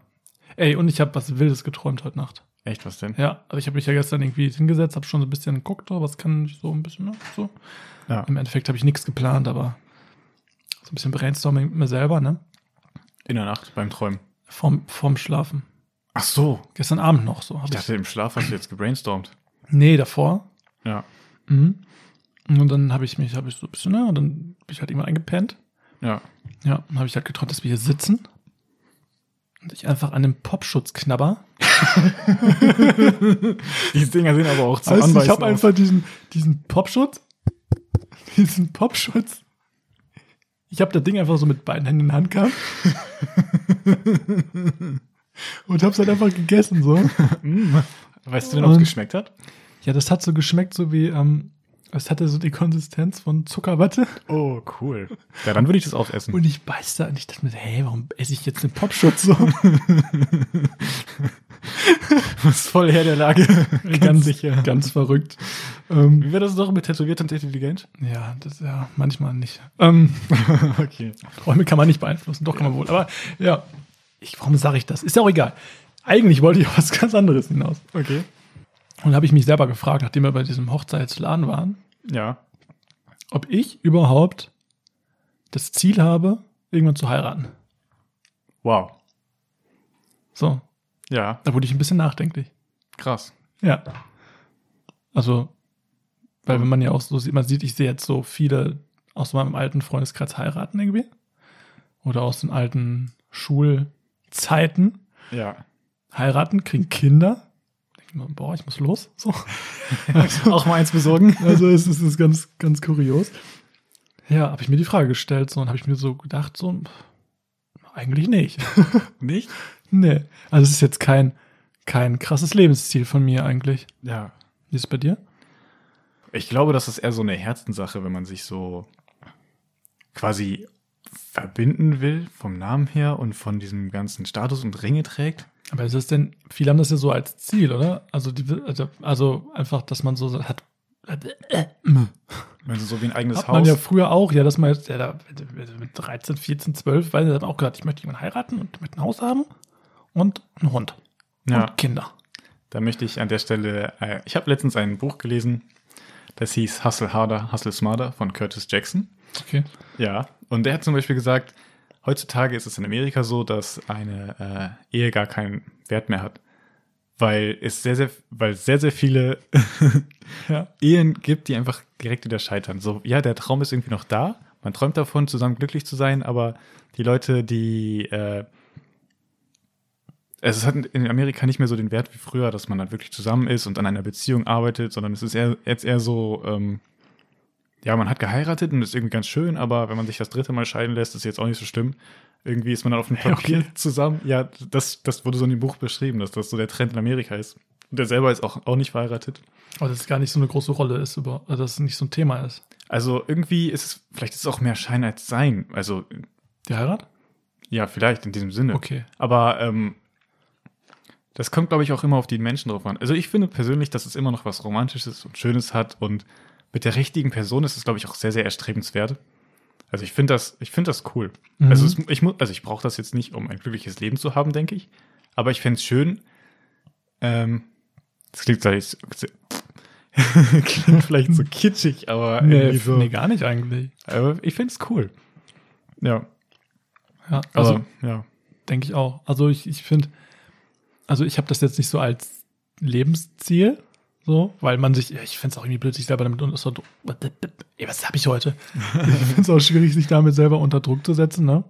Ey, und ich habe was Wildes geträumt heute Nacht.
Echt, was denn?
Ja, also ich habe mich ja gestern irgendwie hingesetzt, habe schon so ein bisschen geguckt, oh, was kann ich so ein bisschen, ne? So.
Ja.
Im Endeffekt habe ich nichts geplant, aber so ein bisschen Brainstorming mit mir selber, ne?
In der Nacht beim Träumen.
Vorm, vorm Schlafen.
Ach so.
Gestern Abend noch so. Hab
Ich dachte, im Schlaf hast du jetzt gebrainstormt.
nee, davor.
Ja.
Mhm. Und dann habe ich mich, habe ich so ein bisschen, ne? Und dann bin ich halt irgendwann eingepennt.
Ja.
Ja, dann habe ich halt geträumt, dass wir hier sitzen. Und ich einfach an dem Popschutz knabber.
Diese Dinger sind aber auch zu
Weißt du, ich
anbeißen
habe einfach diesen, diesen Popschutz. <laughs> Diesen Popschutz. Ich habe das Ding einfach so mit beiden Händen in der Hand gehabt. und hab's halt einfach gegessen, so.
aus. Mm. Weißt du denn, ob es
Und-
geschmeckt hat?
Ja, das hat so geschmeckt, so wie, ähm, es hatte so die Konsistenz von Zuckerwatte.
Oh, cool. Ja, dann würde ich das aufessen.
Und ich beiß da und ich dachte mir, hey, warum esse ich jetzt einen Popschutz so?
Das ist voll her der Lage. Ganz, sicher.
Ganz verrückt. Ähm,
Wie wäre das doch mit tätowiert und <laughs> intelligent?
ja, das ja manchmal nicht. Ähm,
okay.
Träume kann man nicht beeinflussen, doch kann man wohl. Aber ja, ich, warum sage ich das? Ist ja auch egal. Eigentlich wollte ich auf was <laughs> ganz anderes hinaus.
Okay.
Und habe ich mich selber gefragt, nachdem wir bei diesem Hochzeitsladen waren,
Ja.
ob ich überhaupt das Ziel habe, irgendwann zu heiraten.
Wow.
So,
Ja,
da wurde ich ein bisschen nachdenklich.
krass.
Ja. Also, weil wenn man ja auch so sieht, man sieht, ich sehe jetzt so viele aus meinem alten Freundeskreis heiraten irgendwie. Oder aus den alten Schulzeiten.
<laughs> Ja.
heiraten, kriegen Kinder. Denk mir, boah, ich muss los. So. <laughs>
auch mal eins besorgen.
Also es ist, es ist ganz, ganz kurios. Ja, habe ich mir die Frage gestellt so, und habe ich mir so gedacht, so, pff, eigentlich nicht. <laughs>
Nicht?
nee. Also es ist jetzt kein, kein krasses Lebensziel von mir eigentlich.
Ja.
Wie ist es bei dir?
Ich glaube, das ist eher so eine Herzenssache, wenn man sich so quasi verbinden will vom Namen her und von diesem ganzen Status und Ringe trägt.
Aber ist es denn, viele haben das ja so als Ziel, oder? Also, die, also, also einfach, dass man so hat,
Also so wie ein eigenes
hat man
Haus.
ja früher auch, ja, dass man jetzt, ja, da, also mit 13, 14, 12, weil sie haben auch gedacht, ich möchte jemanden heiraten und möchte ein Haus haben und einen Hund.
ja,
und Kinder.
da möchte ich an der Stelle, äh, ich habe letztens ein Buch gelesen, das hieß Hustle Harder, Hustle Smarter von Curtis Jackson.
Okay.
Ja, und der hat zum Beispiel gesagt, heutzutage ist es in Amerika so, dass eine äh, Ehe gar keinen Wert mehr hat. Weil es sehr, sehr, weil sehr, sehr viele
Ja.
Ehen gibt, die einfach direkt wieder scheitern. So, ja, der Traum ist irgendwie noch da. Man träumt davon, zusammen glücklich zu sein, aber die Leute, die äh, also es hat in Amerika nicht mehr so den Wert wie früher, dass man dann wirklich zusammen ist und an einer Beziehung arbeitet, sondern es ist eher, jetzt eher so, ähm, ja, man hat geheiratet und ist irgendwie ganz schön, aber wenn man sich das dritte Mal scheiden lässt, ist jetzt auch nicht so schlimm. Irgendwie ist man dann auf dem
Ja, okay.
Papier zusammen. Ja, das, das wurde so in dem Buch beschrieben, dass das so der Trend in Amerika ist. Und der selber ist auch, auch nicht verheiratet.
Aber Also, dass es gar nicht so eine große Rolle ist, über, also dass es nicht so ein Thema ist.
Also irgendwie ist es, vielleicht ist es auch mehr Schein als Sein. Also
Die Heirat?
ja, vielleicht in diesem Sinne.
Okay.
Aber ähm, das kommt, glaube ich, auch immer auf die Menschen drauf an. Also ich finde persönlich, dass es immer noch was Romantisches und Schönes hat und mit der richtigen Person ist es, glaube ich, auch sehr, sehr erstrebenswert. Also ich finde das, ich finde das cool.
Mhm.
Also, es, ich mu- also ich brauche das jetzt nicht, um ein glückliches Leben zu haben, denke ich. Aber ich fände es schön, ähm, Das klingt vielleicht, <laughs> klingt vielleicht so kitschig, aber
Nee,
irgendwie so.
Äh, nee, gar nicht eigentlich.
Aber ich finde es cool. Ja,
Ja, also
also, ja.
denke ich auch. Also ich, ich finde, also ich habe das jetzt nicht so als Lebensziel, so, weil man sich, ja, ich finde es auch irgendwie blöd, sich selber damit unter so, Ey, was habe ich heute? ich finde es auch schwierig, sich damit selber unter Druck zu setzen, ne?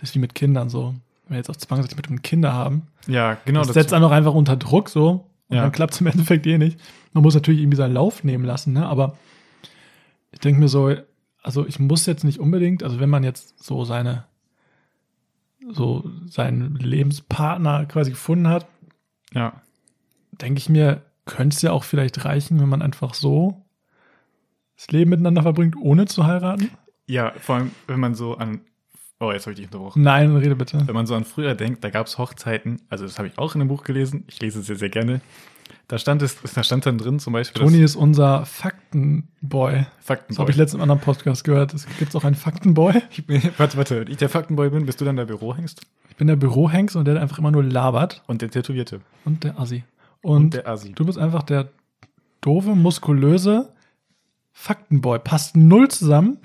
Das ist wie mit Kindern so. Wenn wir jetzt auch zwangsläufig mit einem Kinder haben,
Ja, genau.
das, setzt einen auch einfach unter Druck so. Und
Ja.
dann klappt es im <laughs> Endeffekt eh nicht. Man muss natürlich irgendwie seinen Lauf nehmen lassen, ne? Aber ich denke mir so, also ich muss jetzt nicht unbedingt, also wenn man jetzt so seine, so seinen Lebenspartner quasi gefunden hat,
ja.
denke ich mir, könnte es ja auch vielleicht reichen, wenn man einfach so das Leben miteinander verbringt, ohne zu heiraten.
ja, vor allem, wenn man so an. Oh, jetzt habe ich dich unterbrochen.
Nein, rede bitte.
Wenn man so an früher denkt, da gab es Hochzeiten, also das habe ich auch in einem Buch gelesen, ich lese es sehr, sehr gerne. Da stand es, da stand dann drin zum Beispiel
Toni ist unser Faktenboy.
das Faktenboy.
Das habe
<laughs>
ich letztens in einem anderen Podcast gehört. Es gibt auch einen Faktenboy.
warte, warte, wenn ich der Faktenboy bin, bist du dann der Bürohengst?
Ich bin der Bürohengst und der einfach immer nur labert.
Und der Tätowierte.
Und der Assi. Und,
der Asi.
du bist einfach der doofe, muskulöse Faktenboy. Passt null <laughs> zusammen.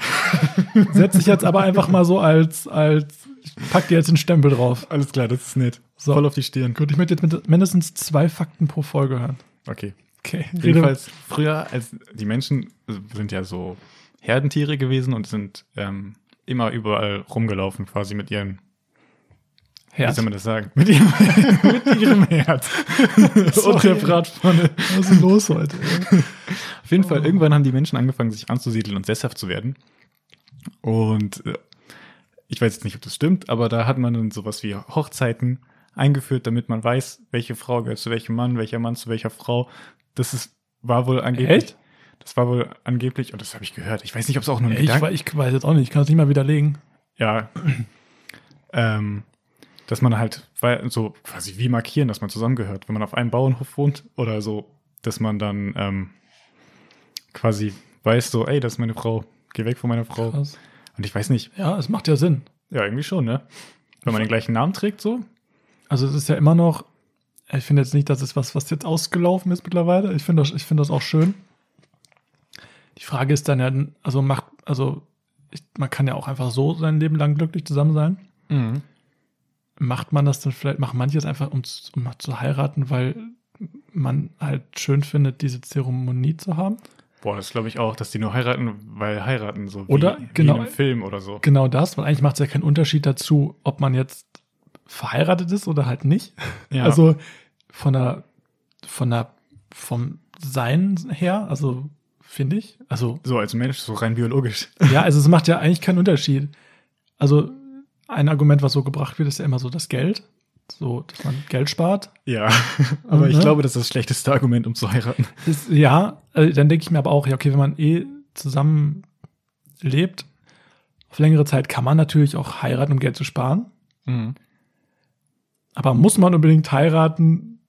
Setz dich jetzt aber einfach mal so als, als, ich pack dir jetzt einen Stempel drauf.
Alles klar, das ist nett.
So.
Voll auf die Stirn.
Gut, ich möchte jetzt mit, mindestens zwei Fakten pro Folge hören.
Okay.
Okay.
Jedenfalls früher, als die Menschen sind ja so Herdentiere gewesen und sind ähm, immer überall rumgelaufen, quasi mit ihren, wie
Herz.
soll man das sagen? Mit ihrem, mit ihrem Herz.
<laughs> Und der Bratpfanne. Was ist denn los heute? ey?
Auf jeden Fall, irgendwann haben die Menschen angefangen, sich anzusiedeln und sesshaft zu werden. Und äh, ich weiß jetzt nicht, ob das stimmt, aber da hat man dann sowas wie Hochzeiten eingeführt, damit man weiß, welche Frau gehört zu welchem Mann, welcher Mann zu welcher Frau. Das ist, war wohl angeblich.
Echt?
Das war wohl angeblich, und das habe ich gehört. Ich weiß nicht, ob es auch nur ein
Ey, Ich,
Gedanke
wei- ich weiß jetzt auch nicht, ich kann es nicht mal widerlegen.
ja, ähm, dass man halt weil- so quasi wie markieren, dass man zusammengehört. Wenn man auf einem Bauernhof wohnt oder so, dass man dann ähm, quasi weiß, so, ey, das ist meine Frau, geh weg von meiner Frau.
Krass.
Und ich weiß nicht,
Also, Ja, es macht ja Sinn.
ja, irgendwie schon, ne? Wenn man den gleichen Namen trägt, so.
Also es ist ja immer noch, ich finde jetzt nicht, dass es was, was jetzt ausgelaufen ist mittlerweile. Ich finde das, ich finde das auch schön. Die Frage ist dann ja, also macht, also ich, man kann ja auch einfach so sein Leben lang glücklich zusammen sein. Mhm. Macht man das dann vielleicht, macht manches einfach, um, z- um zu heiraten, weil man halt schön findet, diese Zeremonie zu haben?
Boah, das glaube ich auch, dass die nur heiraten, weil heiraten, so wie,
Oder?
wie
Genau.
in einem Film oder so.
Genau das, weil eigentlich macht es ja keinen Unterschied dazu, ob man jetzt verheiratet ist oder halt nicht.
Ja,
Also von der, von der, vom Sein her, also finde ich. Also
so als Mensch, so rein biologisch. <laughs>
ja, also es macht ja eigentlich keinen Unterschied. Also ein Argument, was so gebracht wird, ist ja immer so das Geld. So, dass man Geld spart.
Ja, aber ich
ne?
glaube, das ist das schlechteste Argument, um zu heiraten.
Ist, ja, äh, dann denke ich mir aber auch, ja, okay, wenn man eh zusammen lebt, auf längere Zeit kann man natürlich auch heiraten, um Geld zu sparen. Mhm. Aber muss man unbedingt heiraten,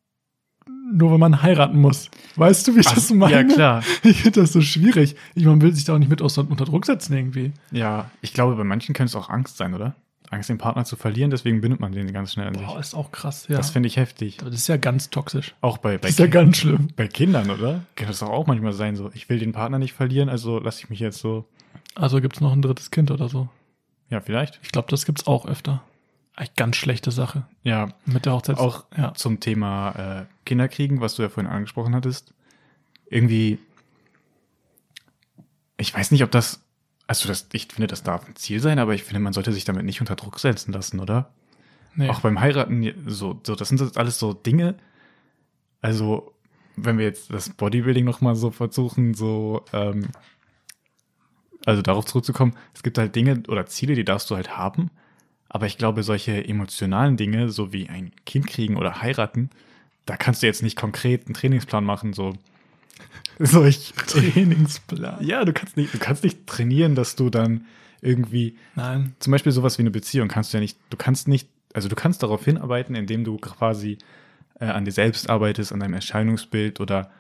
nur wenn man heiraten muss? Weißt du, wie ich das meine?
Ja, klar.
Ich finde das so schwierig. Ich, man will sich da auch nicht mit aus, unter Druck setzen irgendwie.
Ja, ich glaube, bei manchen könnte es auch Angst sein, oder? Angst, den Partner zu verlieren, deswegen bindet man den ganz schnell an sich.
Boah, ist auch krass, ja.
Das
Das,
finde ich heftig.
ist ja ganz toxisch.
Auch bei, bei,
Das ist ja
Ki-
ganz schlimm.
bei Kindern, oder? Kann das doch auch manchmal sein, so, ich will den Partner nicht verlieren, also lasse ich mich jetzt so.
Also gibt es noch ein drittes Kind oder so.
Ja, vielleicht.
Ich glaube, das gibt's auch öfter. Eigentlich ganz schlechte Sache
Ja,
mit der Hochzeit.
auch
ja.
zum Thema äh, Kinderkriegen, was du ja vorhin angesprochen hattest. Irgendwie, ich weiß nicht, ob das, also das, ich finde, das darf ein Ziel sein, aber ich finde, man sollte sich damit nicht unter Druck setzen lassen, oder?
Nee.
Auch beim Heiraten, so, so, das sind jetzt alles so Dinge. Also, wenn wir jetzt das Bodybuilding nochmal so versuchen, so, ähm, also darauf zurückzukommen, es gibt halt Dinge oder Ziele, die darfst du halt haben. Aber ich glaube, solche emotionalen Dinge, so wie ein Kind kriegen oder heiraten, da kannst du jetzt nicht konkret einen Trainingsplan machen, so. <laughs> So, ich,
Trainingsplan.
ja, du kannst nicht, du kannst nicht trainieren, dass du dann irgendwie
Nein.
zum Beispiel sowas wie eine Beziehung kannst du ja nicht, du kannst nicht, also du kannst darauf hinarbeiten, indem du quasi äh, an dir selbst arbeitest, an deinem Erscheinungsbild oder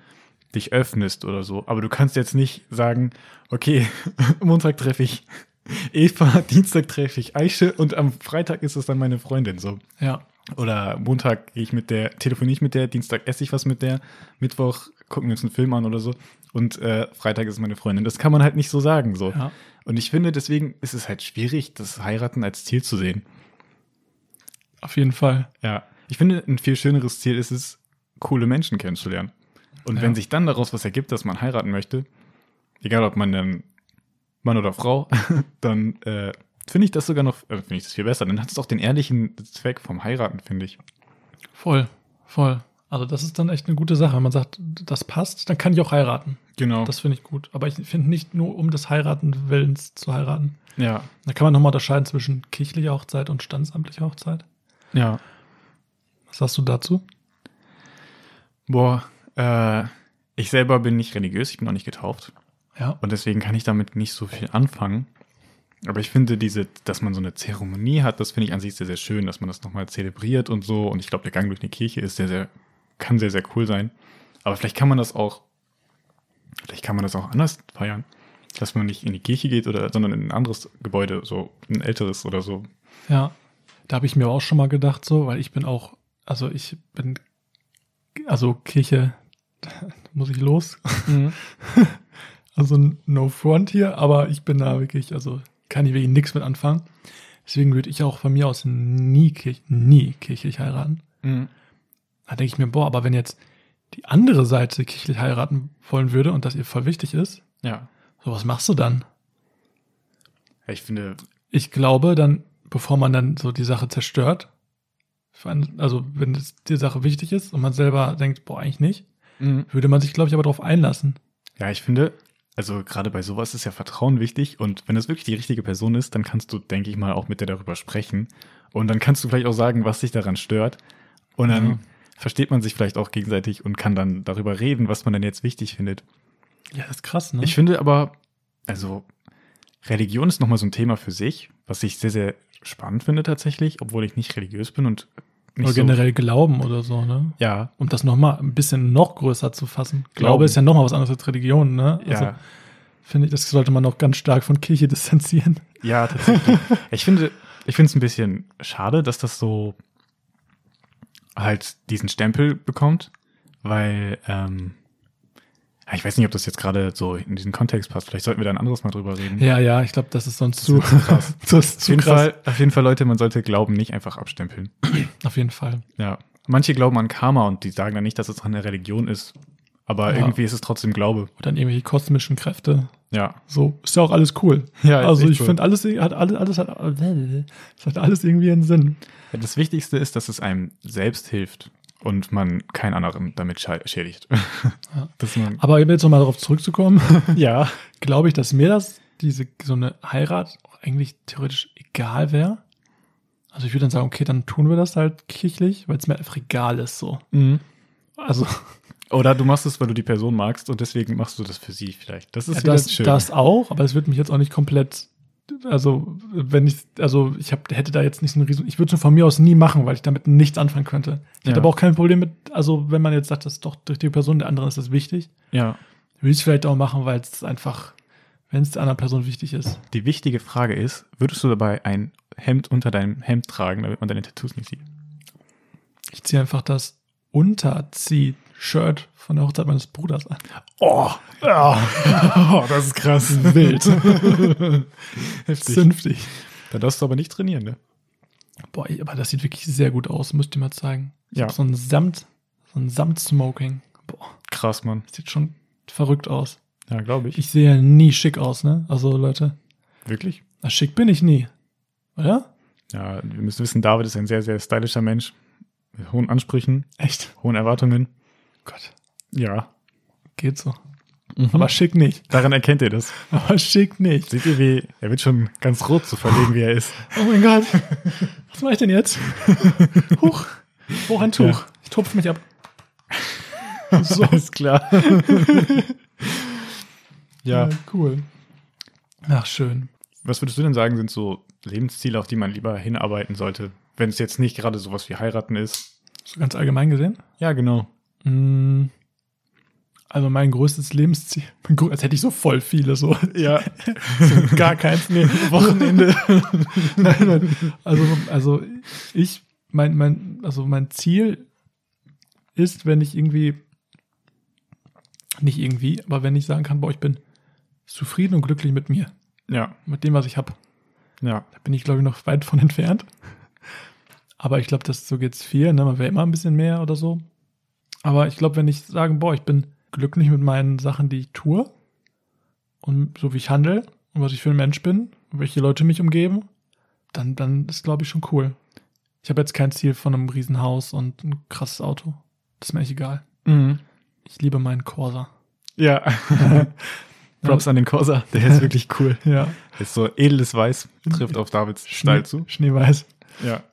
dich öffnest oder so. Aber du kannst jetzt nicht sagen, okay, <laughs> Montag treffe ich <laughs> Eva, Dienstag treffe ich Eiche und am Freitag ist es dann meine Freundin. So,
Ja.
Oder Montag gehe ich mit der, telefoniere ich mit der, Dienstag esse ich was mit der, Mittwoch gucken wir uns einen Film an oder so und äh, Freitag ist meine Freundin. Das kann man halt nicht so sagen. So.
Ja.
Und ich finde, deswegen ist es halt schwierig, das Heiraten als Ziel zu sehen.
Auf jeden Fall.
Ja. Ich finde, ein viel schöneres Ziel ist es, coole Menschen kennenzulernen. Und
Ja.
wenn sich dann daraus was ergibt, dass man heiraten möchte, egal ob man dann Mann oder Frau, <laughs> dann äh, finde ich das sogar noch, äh, finde ich das viel besser. Dann hat es auch den ehrlichen Zweck vom Heiraten, finde ich.
Voll, voll. Also das ist dann echt eine gute Sache. Wenn man sagt, das passt, dann kann ich auch heiraten.
Genau.
Das finde ich gut. Aber ich finde nicht nur um des Heiraten Willens zu heiraten.
ja.
Da kann man nochmal unterscheiden zwischen kirchlicher Hochzeit und standesamtlicher Hochzeit.
Ja.
Was sagst du dazu?
Boah, äh, ich selber bin nicht religiös, ich bin auch nicht getauft.
Ja.
Und deswegen kann ich damit nicht so viel anfangen. Aber ich finde diese, dass man so eine Zeremonie hat, das finde ich an sich sehr, sehr schön, dass man das nochmal zelebriert und so. Und ich glaube, der Gang durch eine Kirche ist sehr, sehr, kann sehr, sehr cool sein. Aber vielleicht kann man das auch, vielleicht kann man das auch anders feiern. Dass man nicht in die Kirche geht oder, sondern in ein anderes Gebäude, so ein älteres oder so.
Ja, da habe ich mir auch schon mal gedacht, so, weil ich bin auch, also ich bin, also Kirche, <laughs> muss ich los?
Mhm.
Also no front hier, aber ich bin da wirklich, also kann ich wirklich nichts mit anfangen. Deswegen würde ich auch von mir aus nie, kirch, nie kirchlich heiraten.
Mhm.
Da denke ich mir, boah, aber wenn jetzt die andere Seite kirchlich heiraten wollen würde und das ihr voll wichtig ist,
Ja.
so was machst du dann?
Ich finde,
ich glaube dann, bevor man dann so die Sache zerstört, für einen- also wenn es die Sache wichtig ist und man selber denkt, boah, eigentlich nicht,
Mhm.
würde man sich, glaube ich, aber darauf einlassen.
Ja, ich finde, also gerade bei sowas ist ja Vertrauen wichtig und wenn das wirklich die richtige Person ist, dann kannst du, denke ich mal, auch mit der darüber sprechen und dann kannst du vielleicht auch sagen, was dich daran stört und dann
Ja.
versteht man sich vielleicht auch gegenseitig und kann dann darüber reden, was man denn jetzt wichtig findet.
Ja, das ist krass, ne?
Ich finde aber, also Religion ist nochmal so ein Thema für sich, was ich sehr, sehr spannend finde tatsächlich, obwohl ich nicht religiös bin und nicht
oder generell Glauben oder so, ne?
So, ja,
Um das nochmal ein bisschen noch größer zu fassen. Glaube,
Glauben.
ist ja nochmal was anderes als Religion, ne?
ja.
finde ich, das sollte man noch ganz stark von Kirche <laughs> distanzieren. <laughs>
Ja, tatsächlich. ich finde, ich finde es ein bisschen schade, dass das so halt diesen Stempel bekommt, weil ähm, ja, ich weiß nicht, ob das jetzt gerade so in diesen Kontext passt. Vielleicht sollten wir da ein anderes Mal drüber reden.
Ja, ja, ich glaube, das ist sonst zu,
wird zu krass.
<laughs> das ist
auf,
zu
jeden
krass.
Fall, auf jeden Fall, Leute, man sollte Glauben nicht einfach abstempeln.
Auf jeden Fall.
Ja. Manche glauben an Karma und die sagen dann nicht, dass es eine Religion ist. Aber
Ja.
irgendwie ist es trotzdem Glaube.
Oder an irgendwelche kosmischen Kräfte.
Ja.
So, ist ja auch alles cool.
Ja, ist
also
echt
ich
cool.
finde, alles hat, alles, alles hat, es hat alles irgendwie einen Sinn.
Das Wichtigste ist, dass es einem selbst hilft und man keinen anderen damit schä- schädigt. <laughs> Dass man,
Aber um jetzt nochmal darauf zurückzukommen,
<laughs> ja.
<laughs> glaube ich, dass mir das, diese, so eine Heirat auch eigentlich theoretisch egal wäre. Also ich würde dann sagen, okay, dann tun wir das halt kirchlich, weil es mir einfach egal ist so.
Mhm.
Also
Oder du machst es, weil du die Person magst und deswegen machst du das für sie vielleicht. Das ist
das,
wieder
das,
schön.
auch, aber es wird mich jetzt auch nicht komplett, also wenn ich, also ich hab, hätte da jetzt nicht so einen riesen, ich würde es von mir aus nie machen, weil ich damit nichts anfangen könnte. Ich hätte
Ja.
aber auch kein Problem mit, also wenn man jetzt sagt, das ist doch durch die Person der anderen ist das wichtig,
ja.
würde ich es vielleicht auch machen, weil es einfach, wenn es der anderen Person wichtig ist.
Die wichtige Frage ist, würdest du dabei ein Hemd unter deinem Hemd tragen, damit man deine Tattoos nicht sieht?
Ich ziehe einfach das Unterzieh-Shirt von der Hochzeit meines Bruders
<laughs>
an.
Oh, <laughs> ja. Oh, das ist krass.
<laughs> Wild.
<laughs> Heftig.
Zünftig.
Da darfst du aber nicht trainieren, ne?
Boah, ey, aber das sieht wirklich sehr gut aus, müsst ihr mal zeigen. Ich
Ja.
hab So ein Samt, so ein Samt-Smoking. Boah.
Krass, Mann.
Sieht schon verrückt aus.
Ja, glaube ich.
Ich sehe ja nie schick aus, ne? Also, Leute,
Wirklich?
na, schick bin ich nie. Oder?
Ja, wir müssen wissen, David ist ein sehr, sehr stylischer Mensch. Mit hohen Ansprüchen,
Echt? Oh
hohen Erwartungen.
Gott,
Ja.
geht so.
Aber
Aber schick nicht.
daran erkennt ihr das.
Aber schick nicht.
Seht ihr, wie er wird schon ganz rot so verlegen, wie er ist.
Oh mein
<laughs>
Gott. Was mache ich denn jetzt? Huch. Hoch ein Tuch.
Ja.
Ich tupfe mich ab.
<laughs> So ist klar. ja.
cool. Ach, schön.
Was würdest du denn sagen, sind so Lebensziele, auf die man lieber hinarbeiten sollte, wenn es jetzt nicht gerade sowas wie heiraten ist?
So ganz allgemein gesehen.
Ja, genau.
Mm. Also mein größtes Lebensziel, <laughs> mein grö- als hätte ich so voll viele, so
<laughs> Ja. <laughs>
gar keins, nee, Wochenende. nein, nein. Also, also ich mein, mein, also mein Ziel ist, wenn ich irgendwie, nicht irgendwie, aber wenn ich sagen kann, boah, ich bin zufrieden und glücklich mit mir,
Ja,
mit dem, was ich habe.
ja,
Da bin ich, glaube ich, noch weit von <laughs> entfernt. Aber ich glaube, das so geht's viel. Ne? Man will immer ein bisschen mehr oder so. Aber ich glaube, wenn ich sagen, boah, ich bin glücklich mit meinen Sachen, die ich tue und so wie ich handle und was ich für ein Mensch bin und welche Leute mich umgeben, dann, dann ist, glaube ich, schon cool. Ich habe jetzt kein Ziel von einem Riesenhaus und ein krasses Auto. Das ist mir echt egal.
mhm.
Ich liebe meinen Corsa.
ja. <laughs> Props an den Corsa, der ist wirklich cool.
Ja,
Ist so edles Weiß, trifft auf Davids Stall zu.
Schneeweiß.
Ja.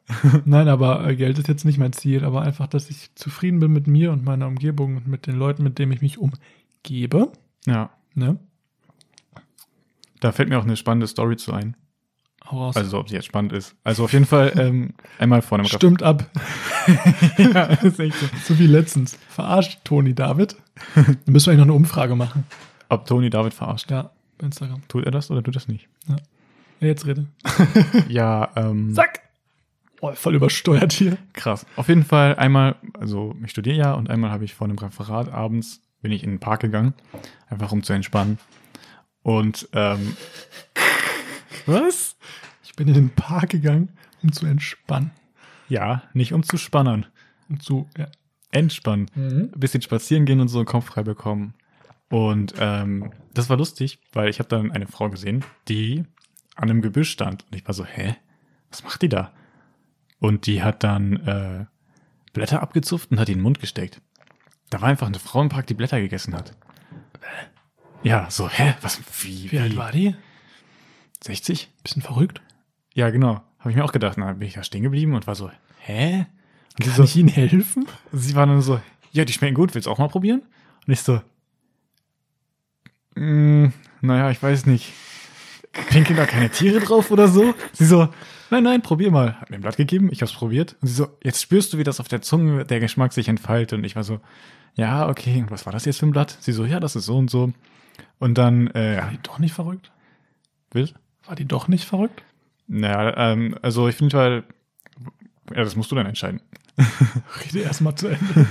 Nein, aber äh, Geld ist jetzt nicht mein Ziel, aber einfach, dass ich zufrieden bin mit mir und meiner Umgebung und mit den Leuten, mit denen ich mich umgebe.
Ja.
Ne?
Da fällt mir auch eine spannende Story zu ein.
Hau raus.
Also, ob sie jetzt spannend ist. Also, auf jeden Fall ähm, einmal vor einem
Stimmt ab. <laughs>
<laughs> ja, ist echt so.
so wie letztens. Verarscht Toni David. Dann müssen wir eigentlich noch eine Umfrage machen.
Ob Tony David verarscht.
Ja, bei Instagram.
Tut er das oder tut er das nicht? <laughs>
Ja, jetzt rede.
Ja, ähm,
Zack! Oh, voll übersteuert hier.
krass. Auf jeden Fall einmal, also ich studiere ja und einmal habe ich vor einem Referat abends bin ich in den Park gegangen, einfach um zu entspannen. Und ähm, was?
Ich bin in den Park gegangen, um zu entspannen.
Ja, nicht um zu spannern,
Um zu. Ja.
entspannen.
Mhm.
ein bisschen spazieren gehen und so den Kopf frei bekommen. Und ähm, das war lustig, weil ich habe dann eine Frau gesehen, die an einem Gebüsch stand. Und ich war so, hä? Was macht die da? Und die hat dann äh, Blätter abgezupft und hat die in den Mund gesteckt. Da war einfach eine Frau im Park, die Blätter gegessen hat. Ja, so, hä? Was? Wie?
Wie alt war die?
60?
Bisschen verrückt.
Ja, genau. Habe ich mir auch gedacht. Na, bin ich da stehen geblieben und war so, hä? Und die
Kann
so,
ich Ihnen helfen?
sie war dann so, ja, die schmecken gut, willst du auch mal probieren? Und ich so, mm, naja, ich weiß nicht. Pinkeln da keine Tiere drauf oder so? Sie so, nein, nein, probier mal. Hat mir ein Blatt gegeben, ich hab's probiert. Und sie so, jetzt spürst du, wie das auf der Zunge der Geschmack sich entfaltet. Und ich war so, ja, okay, und was war das jetzt für ein Blatt? Sie so, ja, das ist so und so. Und dann, äh,
War die doch nicht verrückt?
will?
War die doch nicht verrückt?
Naja, ähm, also ich finde halt, ja, das musst du dann entscheiden.
Rede erstmal zu Ende.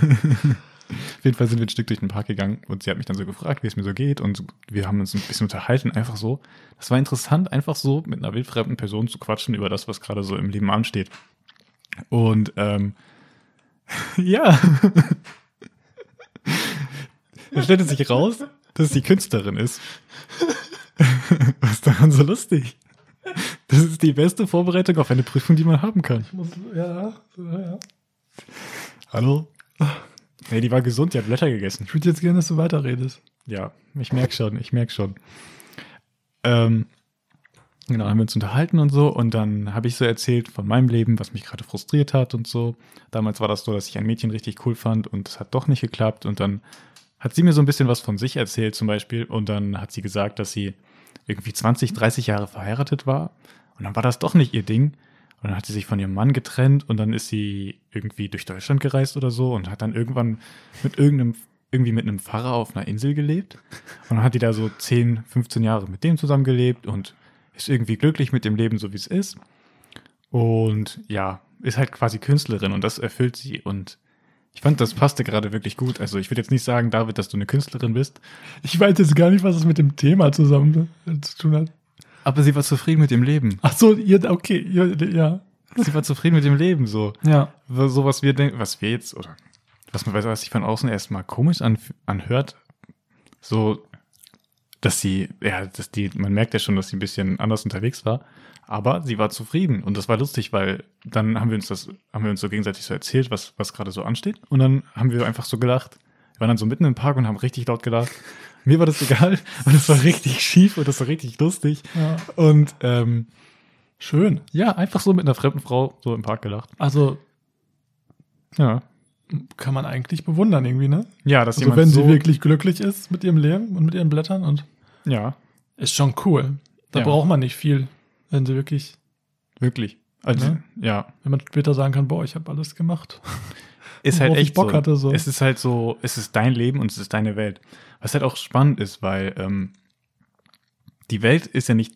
Auf jeden Fall sind wir ein Stück durch den Park gegangen und sie hat mich dann so gefragt, wie es mir so geht und wir haben uns ein bisschen unterhalten, einfach so. Das war interessant, einfach so mit einer wildfremden Person zu quatschen über das, was gerade so im Leben ansteht. Und ähm, <laughs> ja, dann stellte sich raus, dass sie Künstlerin ist. <laughs> was ist daran so lustig? Das ist die beste Vorbereitung auf eine Prüfung, die man haben kann.
Muss, <laughs> ja, ja.
<laughs> Hallo? Nee, die war gesund, die hat Blätter gegessen.
Ich würde jetzt gerne, dass du weiterredest.
Ja, ich merk schon, ich merk schon. Ähm, genau, haben wir uns unterhalten und so und dann habe ich so erzählt von meinem Leben, was mich gerade frustriert hat und so. Damals war das so, dass ich ein Mädchen richtig cool fand und es hat doch nicht geklappt und dann hat sie mir so ein bisschen was von sich erzählt zum Beispiel und dann hat sie gesagt, dass sie irgendwie 20, 30 Jahre verheiratet war und dann war das doch nicht ihr Ding. Und dann hat sie sich von ihrem Mann getrennt und dann ist sie irgendwie durch Deutschland gereist oder so und hat dann irgendwann mit irgendeinem, irgendwie mit einem Pfarrer auf einer Insel gelebt. Und dann hat die da so 10, 15 Jahre mit dem zusammengelebt und ist irgendwie glücklich mit dem Leben, so wie es ist. Und ja, ist halt quasi Künstlerin und das erfüllt sie. Und ich fand, das passte gerade wirklich gut. Also ich würde jetzt nicht sagen, David, dass du eine Künstlerin bist,
Ich weiß jetzt gar nicht, was es mit dem Thema zusammen äh, zu tun hat.
aber sie war zufrieden mit dem Leben.
Ach so, ihr, okay, ihr, ja.
Sie war zufrieden mit dem Leben so.
Ja.
so was wir denken, was wir jetzt, oder was man weiß, was sich von außen erstmal komisch an, anhört, so, dass sie, ja, dass die, man merkt ja schon, dass sie ein bisschen anders unterwegs war, aber sie war zufrieden und das war lustig, weil dann haben wir uns das, haben wir uns so gegenseitig so erzählt, was, was gerade so ansteht und dann haben wir einfach so gelacht. Wir waren dann so mitten im Park und haben richtig laut gelacht. Mir war das egal und es war richtig schief und das war richtig lustig
ja.
und, ähm,
Schön.
ja, einfach so mit einer fremden Frau so im Park gelacht.
Also
Ja.
kann man eigentlich bewundern irgendwie, ne?
Ja, dass
Also
jemand
wenn
so,
sie wirklich glücklich ist mit ihrem Leben und mit ihren Blättern und
ja,
ist schon cool. Da
Ja.
braucht man nicht viel, wenn sie wirklich,
Wirklich. Also,
Ne?
ja.
wenn man später sagen kann, boah, ich habe alles gemacht.
Ist halt
Worauf ich
echt
Bock
so.
hatte, so.
Es ist halt so, es ist dein Leben und es ist deine Welt. Was halt auch spannend ist, weil ähm, die Welt ist ja nicht,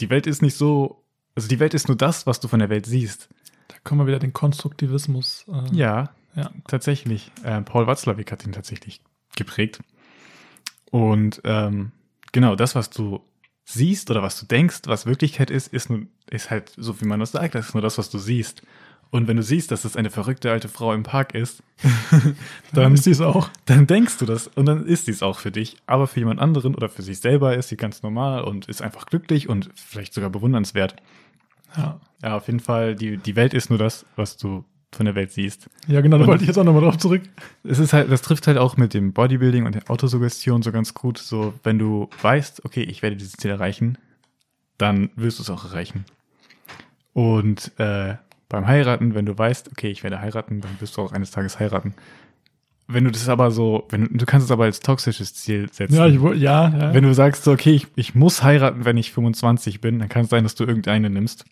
die Welt ist nicht so, also die Welt ist nur das, was du von der Welt siehst.
Da können wir wieder den Konstruktivismus. Äh,
Ja,
Ja.
tatsächlich. Äh, Paul Watzlawick hat ihn tatsächlich geprägt. Und ähm, genau das, was du siehst oder was du denkst, was Wirklichkeit ist, ist, nun, ist halt so, wie man das sagt, das ist nur das, was du siehst. Und wenn du siehst, dass das eine verrückte alte Frau im
<laughs>
Park ist,
Dann
dann,
ist dies auch.
dann denkst du das und dann ist dies auch für dich. Aber für jemand anderen oder für sich selber ist sie ganz normal und ist einfach glücklich und vielleicht sogar bewundernswert.
Ja,
Ja, auf jeden Fall, die, die Welt ist nur das, was du von der Welt siehst.
ja genau, da
Und-
wollte ich jetzt auch nochmal drauf zurück.
es ist halt, das trifft halt auch mit dem Bodybuilding und der Autosuggestion so ganz gut. So, wenn du weißt, okay, ich werde dieses Ziel erreichen, dann wirst du es auch erreichen. Und äh, beim Heiraten, wenn du weißt, okay, ich werde heiraten, dann wirst du auch eines Tages heiraten. Wenn du das aber so, wenn du, du kannst es aber als toxisches Ziel setzen.
Ja, ich, woll- ja, ja.
Wenn du sagst, so, okay, ich, ich muss heiraten, wenn ich 25 bin, dann kann es sein, dass du irgendeine nimmst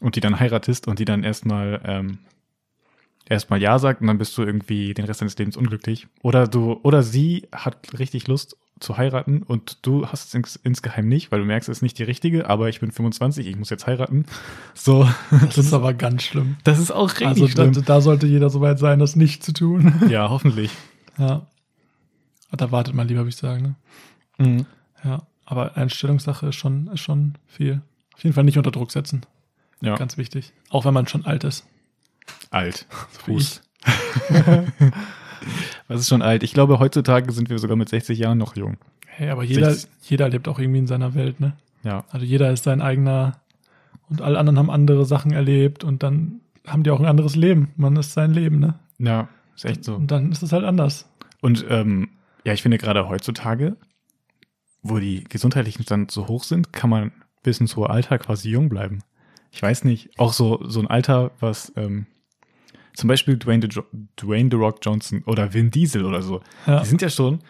und die dann heiratest und die dann erstmal ähm, erstmal Ja sagt und dann bist du irgendwie den Rest deines Lebens unglücklich. Oder du, oder sie hat richtig Lust zu heiraten und du hast es ins, insgeheim nicht, weil du merkst, es ist nicht die richtige, aber ich bin 25, ich muss jetzt heiraten. So,
das ist aber ganz schlimm.
das ist auch richtig
Also da,
schlimm.
da sollte jeder soweit sein, das nicht zu tun.
ja, hoffentlich.
ja. Ah, Da wartet man lieber, würde ich sagen. Ne?
Mhm.
Ja. Aber Einstellungssache ist schon, ist schon viel. Auf jeden Fall nicht unter Druck setzen.
Ja,
Ganz wichtig. Auch wenn man schon alt ist.
<laughs> alt.
wie
Fuß. Was ist schon alt? Ich glaube, heutzutage sind wir sogar mit 60 Jahren noch jung.
Hey, aber jeder,
Sechs-
jeder lebt auch irgendwie in seiner Welt, ne?
Ja,
Also jeder ist sein eigener und alle anderen haben andere Sachen erlebt und dann haben die auch ein anderes Leben. Man ist sein Leben, ne?
ja, ist echt so.
Und dann ist es halt anders.
Und ähm, ja, ich finde gerade heutzutage, wo die gesundheitlichen Stand so hoch sind, kann man bis ins hohe Alter quasi jung bleiben. Ich weiß nicht, auch so, so ein Alter, was ähm, zum Beispiel Dwayne The, Jo- Dwayne The Rock Johnson oder Vin Diesel oder so,
Ja.
die sind ja schon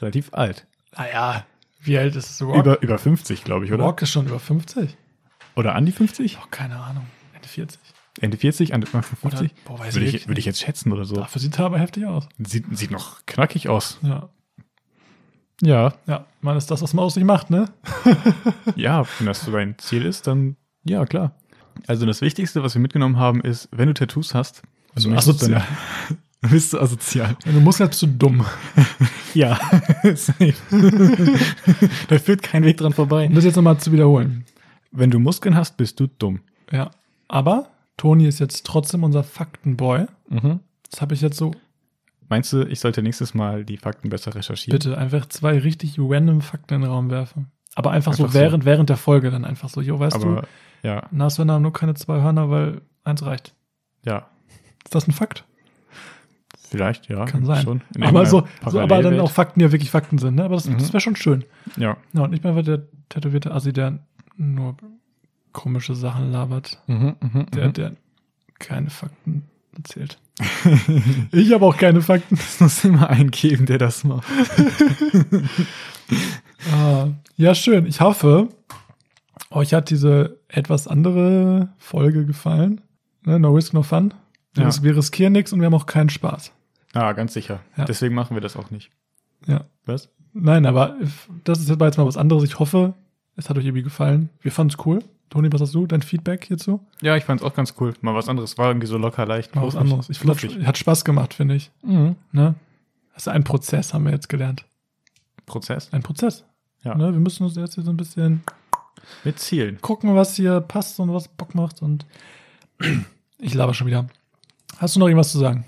relativ alt.
Naja, wie alt ist Rock?
Über, über 50, glaube ich, oder?
Rock ist schon über 50.
Oder an die 50?
Doch, keine Ahnung. Ende 40.
Ende 40, Anfang
Oder,
50?
boah, weiß
Würde
ich,
ich, würde ich jetzt schätzen oder so.
Dafür sieht es aber heftig aus.
Sieht, sieht noch knackig aus.
Ja.
Ja,
Ja, man ist das, was man aus sich macht, ne?
Ja, wenn das so dein Ziel ist, dann ja, klar. Also das Wichtigste, was wir mitgenommen haben, ist, wenn du Tattoos hast,
Also
dann bist du
asozial.
dann- <laughs> bist du asozial.
Wenn du musst, bist du dumm.
Ja, <laughs> safe.
<laughs>
da führt kein Weg dran
Um
vorbei.
das jetzt nochmal zu wiederholen.
Wenn du Muskeln hast, bist du dumm.
Ja. Aber Toni ist jetzt trotzdem unser Faktenboy. Das habe ich jetzt so.
Meinst du, ich sollte nächstes Mal die Fakten besser recherchieren?
Bitte einfach zwei richtig random Fakten in den Raum werfen. Aber einfach, so
Einfach so.
während, während der Folge dann einfach so. Jo, weißt
Aber
du,
ja,
Nashörner haben nur keine zwei Hörner, weil eins reicht.
ja,
Ist das ein Fakt?
vielleicht, ja.
Kann sein.
Schon. In
aber so,
irgendeiner
so, aber dann
Parallelwelt.
auch Fakten, die ja wirklich Fakten sind. Ne? Aber das,
Mhm.
das wäre schon schön.
Ja.
Ja, und nicht mehr wird der tätowierte Assi, der nur komische Sachen labert, der, der keine Fakten erzählt. <laughs> ich habe auch keine Fakten.
Es muss immer <laughs> einen geben, der das macht.
Ah, ja, schön. Ich hoffe, euch hat diese etwas andere Folge gefallen. Ne? No risk, no fun. Wir
Ja.
ris- Wir riskieren nichts und wir haben auch keinen Spaß.
Ah, ganz sicher.
Ja.
Deswegen machen wir das auch nicht.
Ja.
Was?
Nein, aber if- das ist jetzt mal jetzt mal was anderes. Ich hoffe, es hat euch irgendwie gefallen. Wir fanden es cool. Toni, was hast du? Dein Feedback hierzu?
Ja, ich fand's auch ganz cool. Mal was anderes. War irgendwie so locker leicht.
Mal was anderes. Ich finde,
Fluffig.
hat- hat Spaß gemacht, finde ich.
Mhm.
Ne? Das ist ein Prozess, haben wir jetzt gelernt.
Prozess.
Ein Prozess.
Ja.
Ne? Wir müssen uns jetzt hier so ein bisschen
Mit Zielen.
gucken, was hier passt und was Bock macht. Und <clears throat> ich laber schon wieder. Hast du noch irgendwas zu sagen?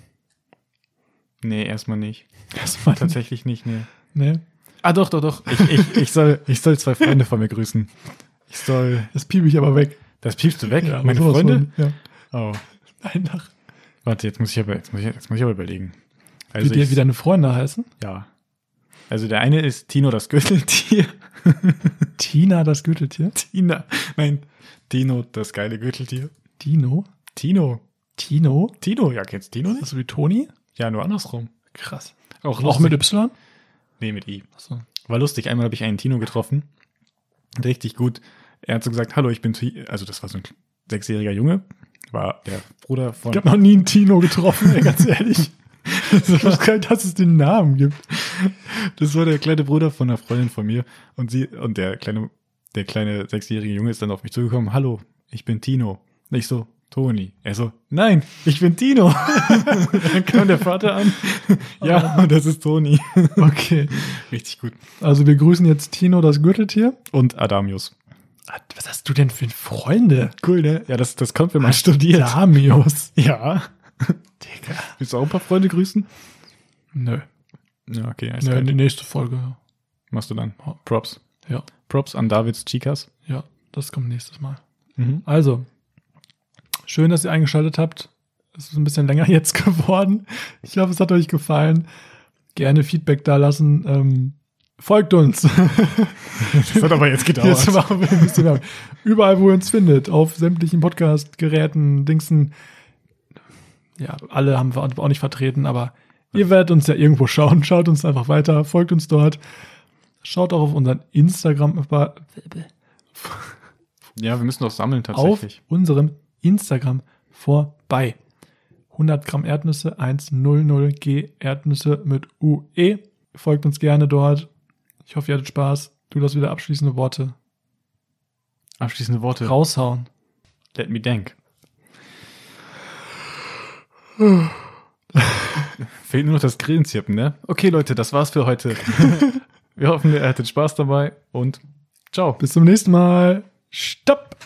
Nee, erstmal nicht.
Erstmal
Tatsächlich nicht, nee.
<laughs> Nee.
Ah, doch, doch, doch. Ich, ich, ich, soll, ich soll zwei Freunde von mir grüßen. Ich soll.
Das piebe ich aber weg.
Das piepst du weg?
aber
Meine
sowas
Freunde?
Von, ja.
Oh.
Nein, nach,
Warte, jetzt muss ich aber, jetzt muss ich, jetzt muss ich aber überlegen.
wie, dir,
Also ich,
wie deine Freunde heißen?
Ja. Also der eine ist Tino das Gürteltier. <laughs>
Tina, das Gürteltier.
Tina. Nein. Tino das geile Gürteltier.
Dino.
Tino.
Tino.
Tino, ja, kennst du Tino
Ist
nicht?
das so wie Toni?
Ja, nur andersrum.
Krass. Auch
lustig.
mit Y?
Nee, mit I.
Achso.
War lustig. Einmal habe ich einen Tino getroffen. Richtig gut. Er hat so gesagt, hallo, ich bin Tino. Also das war so ein sechsjähriger Junge. War der Bruder von...
Ich habe noch nie einen Tino getroffen, ey, ganz
<laughs>
ehrlich. Ich wusste gar nicht, dass es den Namen gibt.
Das war der kleine Bruder von einer Freundin von mir. Und sie und der kleine, der kleine sechsjährige Junge ist dann auf mich zugekommen. Hallo, ich bin Tino. Und ich so, Toni. Er so, nein, ich bin Tino. <laughs> Dann kam der Vater <laughs> an. ja, das ist Toni. <laughs>
Okay.
Richtig gut.
Also wir grüßen jetzt Tino, das Gürteltier.
Und Adamius.
Ah, Was hast du denn für Freunde?
Cool, ne? Ja, das, das kommt, wenn man studiert.
Adamius.
<laughs> Ja.
Digga.
Willst du auch ein paar Freunde grüßen?
Nö.
Ja, okay.
Nö,
eiskalt.
in die nächste Folge.
Machst du dann. Props.
Ja.
Props an Davids Chicas.
Ja, das kommt nächstes Mal.
<laughs> Mhm.
Also, schön, dass ihr eingeschaltet habt. Es ist ein bisschen länger <laughs> jetzt geworden. Ich hoffe, es hat euch gefallen. Gerne Feedback da lassen. Ähm, folgt uns. <laughs>
Das hat aber jetzt
Jetzt machen wir ein bisschen Werbung. Überall, wo ihr uns findet, auf sämtlichen Podcast-Geräten, Dingsen. Ja, alle haben wir auch nicht vertreten, aber ihr werdet uns ja irgendwo <laughs> schauen. Schaut uns einfach weiter, folgt uns dort. Schaut auch auf unseren Instagram
Ja, wir müssen doch sammeln
auf
tatsächlich.
unserem Instagram vorbei. 100 Gramm Erdnüsse, 100G Erdnüsse mit UE. Folgt uns gerne dort. Ich hoffe, ihr hattet Spaß. Du das wieder abschließende Worte.
Abschließende Worte.
Raushauen.
Let me <laughs> denk. Fehlt nur noch das Grillenzirpen, ne? Okay, Leute, das war's für <laughs> heute. wir hoffen, ihr hattet Spaß dabei und ciao.
Bis zum nächsten Mal. Stopp!